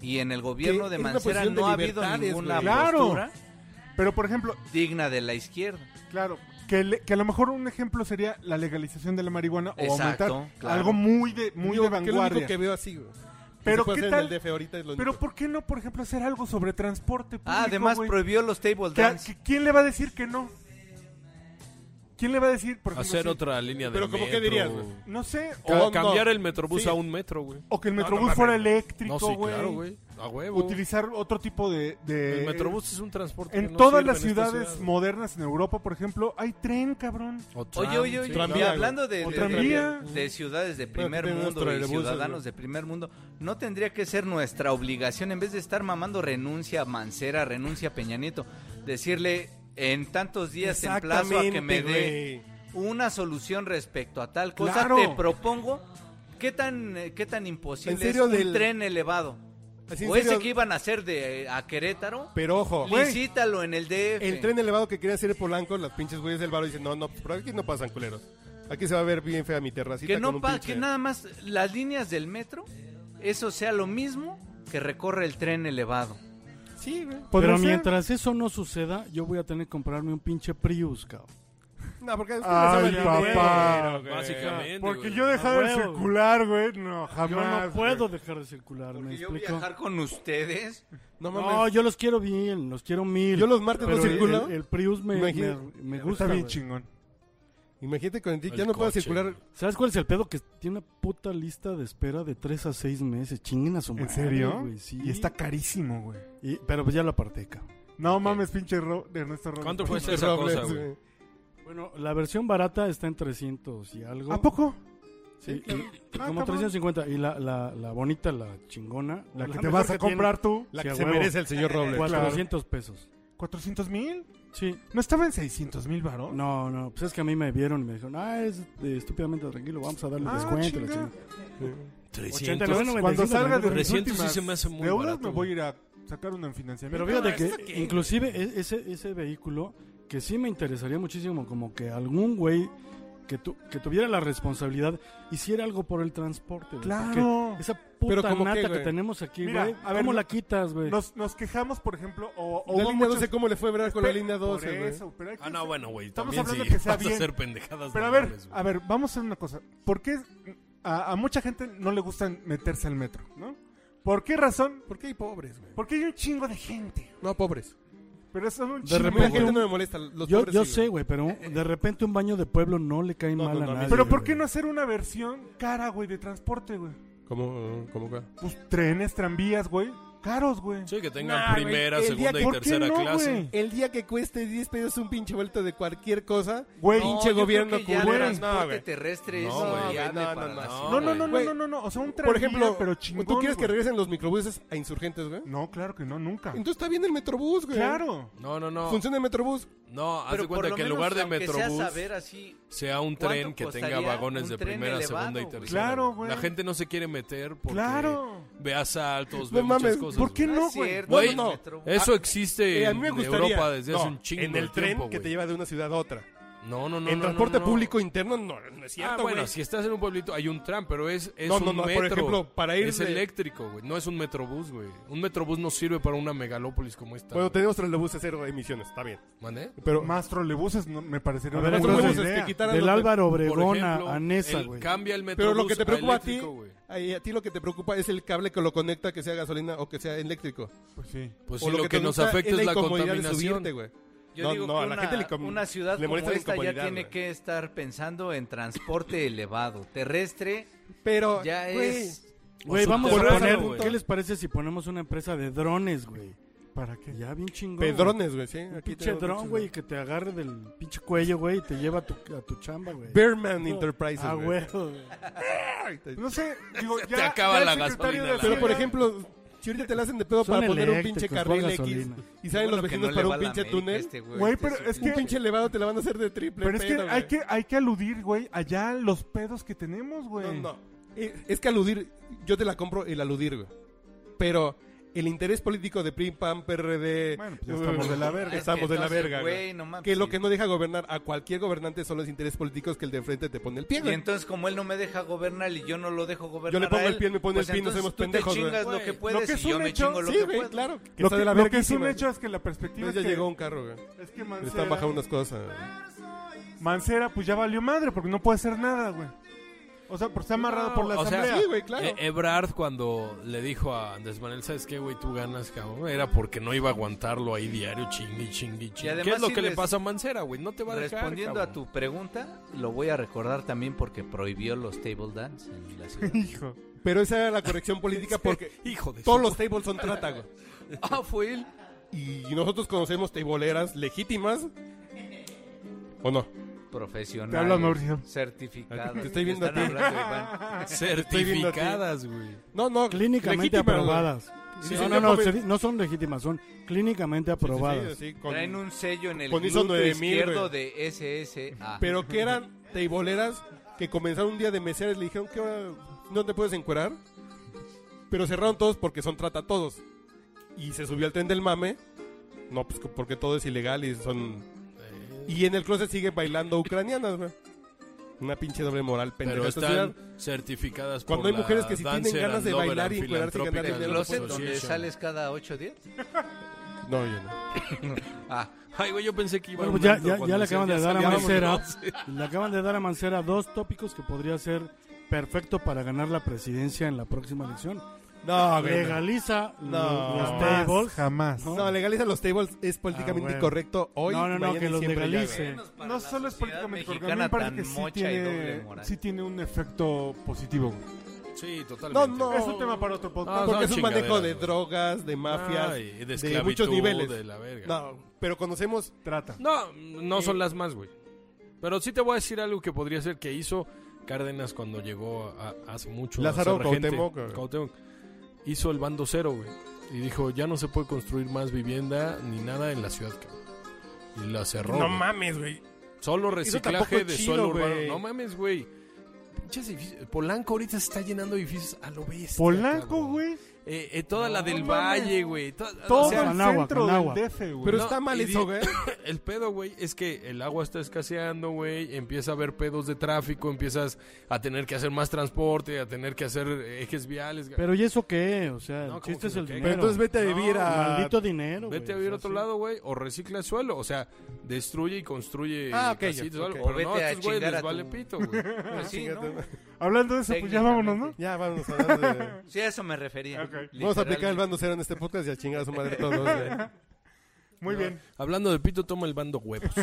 Y en el gobierno
Que
de
es una
Mancera
posición de
no ha habido
libertades,
ninguna
güey.
Claro.
postura
Pero, por ejemplo,
digna de la izquierda.
claro, que, le- que a lo mejor un ejemplo sería la legalización de la marihuana o
Exacto,
aumentar
claro.
algo muy de, muy
Digo,
de
que lo único
vanguardia.
que veo así, güey. Que se puede
Pero, ¿qué
hacer en el
tal?
DF ahorita es lo
Pero,
único.
¿por qué no, por ejemplo, hacer algo sobre transporte público?
Ah, además
güey?
prohibió los table
Que a-
dance.
que- ¿Quién le va a decir que no? ¿Quién le va a decir, por ejemplo,
Hacer
sí,
otra línea de
Pero, ¿cómo qué
metro,
dirías,
o-
güey?
No sé,
O
Ca-
cambiar
no.
el metrobús
Sí.
a un metro, güey.
o que el metrobús
mames.
fuera
No,
eléctrico,
sí,
güey.
claro, güey. A huevo.
Utilizar otro tipo de... de-
El metrobús es un transporte.
En
que no
todas
sirve
las
en esta
ciudades
ciudad, güey.
modernas en Europa, por ejemplo, hay tren, cabrón.
O
Oye,
tram,
oye, oye,
sí,
y
Tranvía, güey.
claro.
hablando de,
O
de-
tranvía.
de ciudades de primer
tenemos
mundo y
trolebuses,
ciudadanos
güey.
de primer mundo, ¿no tendría que ser nuestra obligación, en vez de estar mamando renuncia a Mancera, renuncia a Peña Nieto, decirle en tantos días en plazo a que me dé
Exactamente, güey.
una solución respecto a tal cosa?
Claro.
Te propongo, ¿qué tan, eh, qué tan imposible
¿En serio
es un
del-
tren elevado?
Así, en
o ese
serio,
que iban a hacer de, eh, a Querétaro,
Pero ojo,
licítalo en el DF.
el tren elevado que quería hacer el Polanco, las pinches güeyes del barrio dicen, no, no, pero aquí no pasan culeros. Aquí se va a ver bien fea mi terracita
que
con
no
un
pa-
pinche-
que nada más las líneas del metro eso sea lo mismo que recorre el tren elevado
Sí, güey.
Pero
¿Podría ser?
mientras eso no suceda, yo voy a tener que comprarme un pinche Prius, cabrón.
No, porque usted
Ay,
sabe el
papá.
dinero, güey.
Básicamente.
Porque
güey.
yo
A
dejaba de
huevo.
circular, güey. No, jamás.
Yo no puedo
güey.
dejar de circular, ¿me
porque yo
explico?
viajar con ustedes
No mames.
No, yo los quiero bien, los quiero mil.
Yo los martes no
Pero el-
circulo.
El, el Prius me, me,
Imagínate-
me
Está
gusta.
bien
güey.
chingón.
Imagínate con el tic, ya
El
no puedo
coche.
circular.
¿Sabes cuál es el pedo? Que tiene una puta lista de espera de 3 a 6 meses. Chinguen a su
¿En
madre,
serio?
güey, sí.
Y está carísimo, güey.
Y- pero pues ya la aparté, cabrón.
No mames, pinche Ro- de Ernesto Robles.
¿Cuánto fue
pinches
esa cosa,
robles,
güey?
Bueno, la versión barata está en 300 y algo.
¿A poco?
Sí, y- y
Ah,
como
cabrón.
350. Y la, la, la bonita, la chingona.
La que
mejor
te vas a
tiene,
comprar tú.
La
Sí,
que
a
se
huevo.
merece el señor Robles.
400 pesos.
¿400 mil?
Sí.
¿No estaba en 600 mil, varón?
No, no, pues es que a mí me vieron y me dijeron, ah, es eh, estúpidamente tranquilo, vamos a darle
Ah,
descuento. la
chinga.
chingada".
300.
89,
Cuando
95,
salga de
300
mis
300 sí
últimas
se me hace muy
deudas,
barato,
me voy a ir a sacar un financiamiento.
Pero fíjate que inclusive e- ese, ese vehículo que sí me interesaría muchísimo, como que algún güey que, tu- que tuviera la responsabilidad hiciera algo por el transporte. güey,
Claro.
porque Esa puta
Pero como
nata
que,
que,
güey.
tenemos aquí,
Mira,
güey,
a ver,
¿cómo
no-
la quitas, güey?
Nos, nos quejamos, por ejemplo, o, o
La
hubo
línea
muchos-
12, ¿cómo le fue a con la línea 12,
Por
güey?
eso, pero hay que
Ah, no, bueno, güey.
Estamos
también
hablando
sí,
que sea
vas
bien.
a hacer pendejadas.
Pero a
no
ver,
mames, güey.
a ver, vamos a hacer una cosa. ¿Por qué a, a mucha gente no le gusta meterse al metro, no? ¿Por qué razón?
¿Por qué hay pobres, güey?
Porque hay un chingo de gente.
No, pobres.
Pero son un
De
chingo
A mí la
repente-
gente no me molesta. Los
yo
pobres
yo
sí,
sé, güey, pero
Eh,
de repente un baño de pueblo no le cae
No, no,
mal
no, a
a
mí
nadie.
Pero ¿por
güey.
qué no hacer una versión cara, güey, de transporte, güey?
¿Cómo, cómo, qué?
Pues trenes, tranvías, güey. Caros, güey.
Sí, que tengan
Nah, güey,
primera,
el día
segunda
que-
y
¿Por qué
tercera
no,
clase.
güey?
El día que cueste 10 pesos un pinche vuelto de cualquier cosa,
Güey,
pinche
yo creo
gobierno
que ya el
culero.
transporte
No, güey.
terrestre
No,
es
güey,
inviable
no, no,
para
no,
la
no,
ciudad.
No, no, no, no,
güey.
no, no, no. O sea, un tranvía,
Por ejemplo,
pero chingón.
¿tú quieres que
güey.
regresen los microbuses a insurgentes, güey?
No, claro que no, nunca.
Entonces está bien el metrobús, güey.
Claro.
No, no, no.
Funciona el metrobús.
No, haz
Pero
de
por
cuenta
lo
que en
menos,
lugar de
aunque sea
metrobús
saber así
sea un
¿Cuánto
tren que tenga
costaría
vagones
un
de
tren
primera,
elevado,
segunda y
güey?
tercera.
Claro,
güey.
güey.
La gente no se quiere meter porque
Claro.
ve asaltos,
No
ve muchas
mames,
cosas.
¿Por qué
güey.
no,
es
güey?
cierto,
Güey,
No, no, no.
metro.
Eso existe
Eh, a mí me
en
gustaría.
Europa desde hace
No,
un chingo
En
de
el tren
tiempo,
que
güey.
te lleva de una ciudad a otra.
No, no, no.
en
no,
transporte
no, no.
público interno, no, no es cierto,
ah, bueno,
güey.
si estás en un pueblito hay un tram, pero es, es
No,
un
no, no, por
metro.
ejemplo, para ir
Es
de-
eléctrico, güey. No es un metrobús, güey. Un metrobús no sirve para una megalópolis como esta.
Bueno,
güey.
tenemos trolebús a cero emisiones, está bien.
¿Mande?
Pero
Más trolebuses no, me parecería
A
una
ver,
Más
buena
entonces,
trolebuses
idea.
que quitaran
Del
los-
Álvaro
Por
Obregón a-
ejemplo,
a Nesa,
el-
güey.
Cambia el metrobús
Pero lo que te
a
preocupa a ti,
eléctrico, güey.
a, a ti lo que te preocupa es el cable que lo conecta, que sea gasolina o que sea eléctrico.
Pues sí.
Pues
O
sí, lo, que,
te
nos
gusta
afecta es la
incomodidad de
contaminación.
subirte, güey.
Yo
No,
digo
no,
que
a la
una,
gente le com-
una ciudad
le
como
molesta la
esta ya
incomodidad,
tiene
güey.
que estar pensando en transporte elevado, terrestre,
Pero,
ya
güey,
es...
Güey,
O
vamos a
subterráneo,
poner.
güey.
¿Qué les parece si ponemos una empresa de drones, güey? ¿Para qué? Ya bien chingón. güey.
Pedrones, güey, sí.
Un
aquí
pinche
tenemos
dron,
muchos-
güey, que te agarre del pinche cuello, güey, y te lleva a tu, a tu chamba, güey.
Bearman Enterprises,
Ah,
güey.
güey. güey.
No sé, digo, ya,
Te acaba
ya el
la
secretario
gasolina,
de
la
Pero, por
Hacienda-
ejemplo, si ahorita te la hacen de pedo
Son
para poner un
eléctricos,
pinche
con
carril X
gasolina.
y salen
bueno
los
que
vecinos
no le
para
va
un
a la
pinche
América
túnel,
este
Güey,
este
pero
su
es
un
pinche-
pinche elevado te la van a hacer de triple
Pero es que
pedo,
hay
güey.
que hay que aludir, güey, allá a los pedos que tenemos, güey.
No, no. Eh, Es que aludir, yo te la compro el aludir, güey. Pero el interés político de PRI, PAN, PRD... uh,
Bueno, pues ya estamos de la verga.
Es
Estamos
que
de la
entonces,
verga, güey.
güey, no mames,
que lo
sí.
que no deja gobernar a cualquier gobernante son los intereses políticos que el de frente te pone el pie,
Y
güey.
entonces como él no me deja gobernar y yo no lo dejo gobernar
Yo le pongo
a
el
él,
pie, me pone
pues
el pie y nos
entonces
hacemos
tú
pendejos,
te
güey.
chingas lo
Güey,
que puedes
lo que
y
es
yo
un
me
hecho,
chingo lo
sí,
que
güey,
puedo.
claro. Que
Lo
está
que,
de la
lo que es un
verguísima.
hecho es que la perspectiva
Entonces
es
ya
que,
llegó un carro, güey.
es que
Le
Mancera,
están bajando unas cosas. güey.
eh, Mancera, pues ya valió madre porque no puede hacer nada, güey. O sea, porque está amarrado por la
o sea,
asamblea.
Sí, güey, claro.
eh,
E- Ebrard cuando le dijo a Andrés Manuel, ¿sabes qué, güey? Tú ganas, cabrón. Era porque no iba a aguantarlo ahí diario, chingue, chingue,
Y
chingue.
además
¿Qué es lo
sí
que le
les-
pasa a Mancera, güey? No te va a dejar,
Respondiendo a
cabrón.
tu pregunta, lo voy a recordar también porque prohibió los table dance en la ciudad.
Hijo.
Pero esa era la corrección política porque
Hijo de
todos
su-
los tables son trata, güey.
Ah, fue él.
Y nosotros conocemos teiboleras legítimas. ¿O no?
Profesional.
Te habla Mauricio.
Certificado.
Te estoy viendo a
Están
ti.
hablando de Iván.
viendo a ti. eh,
Certificadas, güey.
No, no.
Clínicamente
legítimas,
aprobadas.
Sí,
no,
sí,
no, no,
sí,
se-
sí,
no son legítimas, son clínicamente
sí,
aprobadas.
sí, con-
Traen un sello en el
Con ISO
glúteo
9000,
izquierdo de SSA.
Pero que eran teiboleras que comenzaron un día de meseras y le dijeron que no te puedes encuerar. Pero cerraron todos porque son trata a todos. Y se subió al tren del mame. No, pues porque todo es ilegal y son. Y en el closet sigue bailando ucranianas, güey. Una pinche doble moral, pendeja.
Pero
esta ciudad.
están certificadas
Cuando
por
hay mujeres que
la
si tienen
Dancer
ganas
and
de
Lover
bailar
and
y encuerarse y ganar
Philanthropic
dinero, pues,
El closet donde
Association.
sales cada 8 días.
No, yo no.
Ah,
Ay, güey, yo pensé que iba
Bueno, pues ya, ya, ya le acaban de dar a Mancera, le acaban de dar a Mancera dos tópicos que podría ser perfecto para ganar la presidencia en la próxima elección.
No, Ah, güey. no.
Legaliza
No,
los- los
jamás,
tables.
Jamás.
No, legaliza los tables es políticamente
Ah, bueno.
correcto hoy.
No, no, no,
mañana
que
y
los
siempre, ya,
legalice.
güey.
para
No
la
solo es
sociedad
políticamente correcto. A mí
mexicana
me parece
tan
que sí
mocha y doble
tiene,
moral.
sí tiene un efecto positivo. güey.
Sí,
No,
totalmente.
no.
Es un tema para otro podcast.
Ah,
Porque
son
es un manejo
chingaderas,
de
güey.
drogas, de mafias,
Ay, Ah, de,
de
esclavitud,
muchos niveles.
de la verga. Eh,
No, pero conocemos.
Trata.
No, no son las más, güey. Pero sí te voy a decir algo que podría ser que hizo Cárdenas cuando llegó a- a- hace mucho. a
Lázaro
ser regente.
Cuauhtémoc, güey.
Cuauhtémoc. Hizo el bando cero, güey. Y dijo, ya no se puede construir más vivienda ni nada en la ciudad, cabrón. Y la cerró. güey.
mames, güey.
Solo
tampoco
reciclaje
es
de
chido,
suelo urbano.
güey.
No mames, güey. Pinches edificios- Polanco ahorita se está llenando de edificios a lo bestia.
Polanco,
cabrón.
Oh, güey.
Eh, eh, toda la del
mames.
Valle, güey. To-
Todo
o sea,
el
con agua,
centro
con
del
agua.
DF, güey.
Pero
No,
está mal
y
eso,
di-
güey.
El pedo, güey, es que el agua está escaseando, güey. Empieza a haber pedos de tráfico, empiezas a tener que hacer más transporte, a tener que hacer ejes viales.
Pero ¿y eso qué? O sea,
No,
el
¿cómo
chiste
que
es
no
el
qué?
dinero.
Pero entonces vete a
No,
vivir a.
Maldito dinero.
Vete
güey,
a vivir
o sea,
a otro
sí.
lado, güey, o recicla el suelo. O sea, destruye y construye.
Ah, ok,
casitas
ok.
o algo.
O
Pero no,
vete a
a estos güeyes
chingar a
les
tu-
vale pito, güey.
Pues sí, ¿no?
Hablando de eso, pues ya vámonos, ¿no?
Ya, vamos a hablar de-
Sí, a eso me refería.
Ok.
Vamos a aplicar el
Literalmente.
bando cero en este podcast y a chingar a su madre todos. güey.
Muy bien.
Hablando de pito, toma el bando huevos.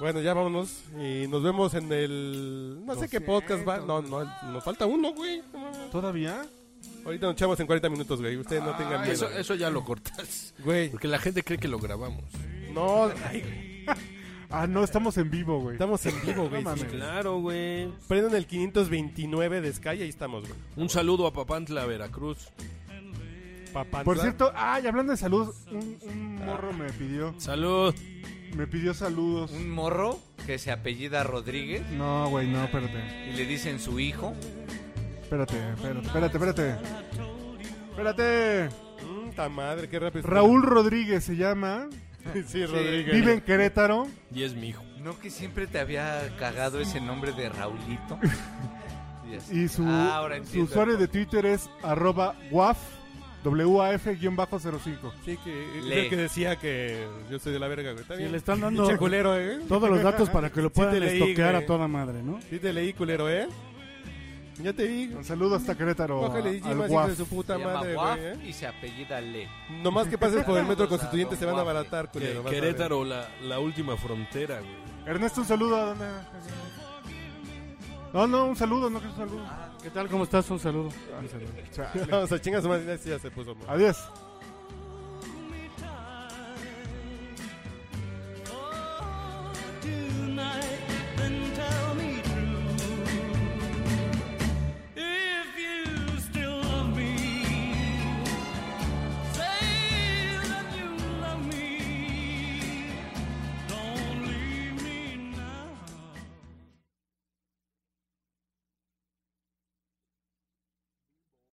Bueno, ya vámonos. Y nos vemos en el. No sé qué podcast va. No, no, nos falta uno, güey. No mames.
¿Todavía?
Ahorita nos echamos en 40 minutos, güey. Ustedes no tengan miedo.
Ah, eso,
güey.
eso ya lo cortas.
Güey,
Porque la gente cree que lo grabamos.
no. ay,
Ah, no, estamos en vivo, güey.
estamos en vivo, güey. sí.
Claro, güey.
Prendan el 529 de Sky y ahí estamos, güey.
Un saludo a Papantla, Veracruz.
Papantla.
Por cierto, ay, hablando de salud, un, un morro me pidió,
Salud.
me pidió saludos.
Un morro que se apellida Rodríguez
No, güey, no, espérate,
y le dicen su hijo.
espérate, espérate, espérate, espérate. Espérate.
Mm, ta madre, qué rápido.
Raúl Rodríguez se llama,
sí, Rodríguez.
vive en Querétaro.
Y es mi hijo.
No que siempre te había cagado ese nombre de Raulito. Y así.
Y su,
Ah, ahora
su
entiendo.
usuario de Twitter es arroba waf, WAF-05.
Sí, que,
Le.
el que decía que yo soy de la verga, güey. Está
Sí,
bien.
le están dando
Pinche culero, eh.
todos los datos para que lo
Sí te
puedan
leí,
estoquear
güey.
a toda madre, ¿no?
Sí te leí, culero, eh. Ya te digo.
Un saludo hasta Querétaro.
Bájale
a- al
Dimas, hijo
Guaf.
de su puta
Se llama
madre,
Guaf
güey. ¿eh?
y se apellida Le.
Nomás que pases por el metro constituyente se van a
Guaje.
abaratar,
Que-
culero. vas a ver.
Querétaro, la, la última frontera, güey.
Ernesto, un saludo. ¿a dónde? No, no, un saludo, no que un saludo.
¿Qué tal? ¿Cómo estás? Un saludo.
Chale.
Vamos a chingar su madre, ya se puso mal.
Adiós.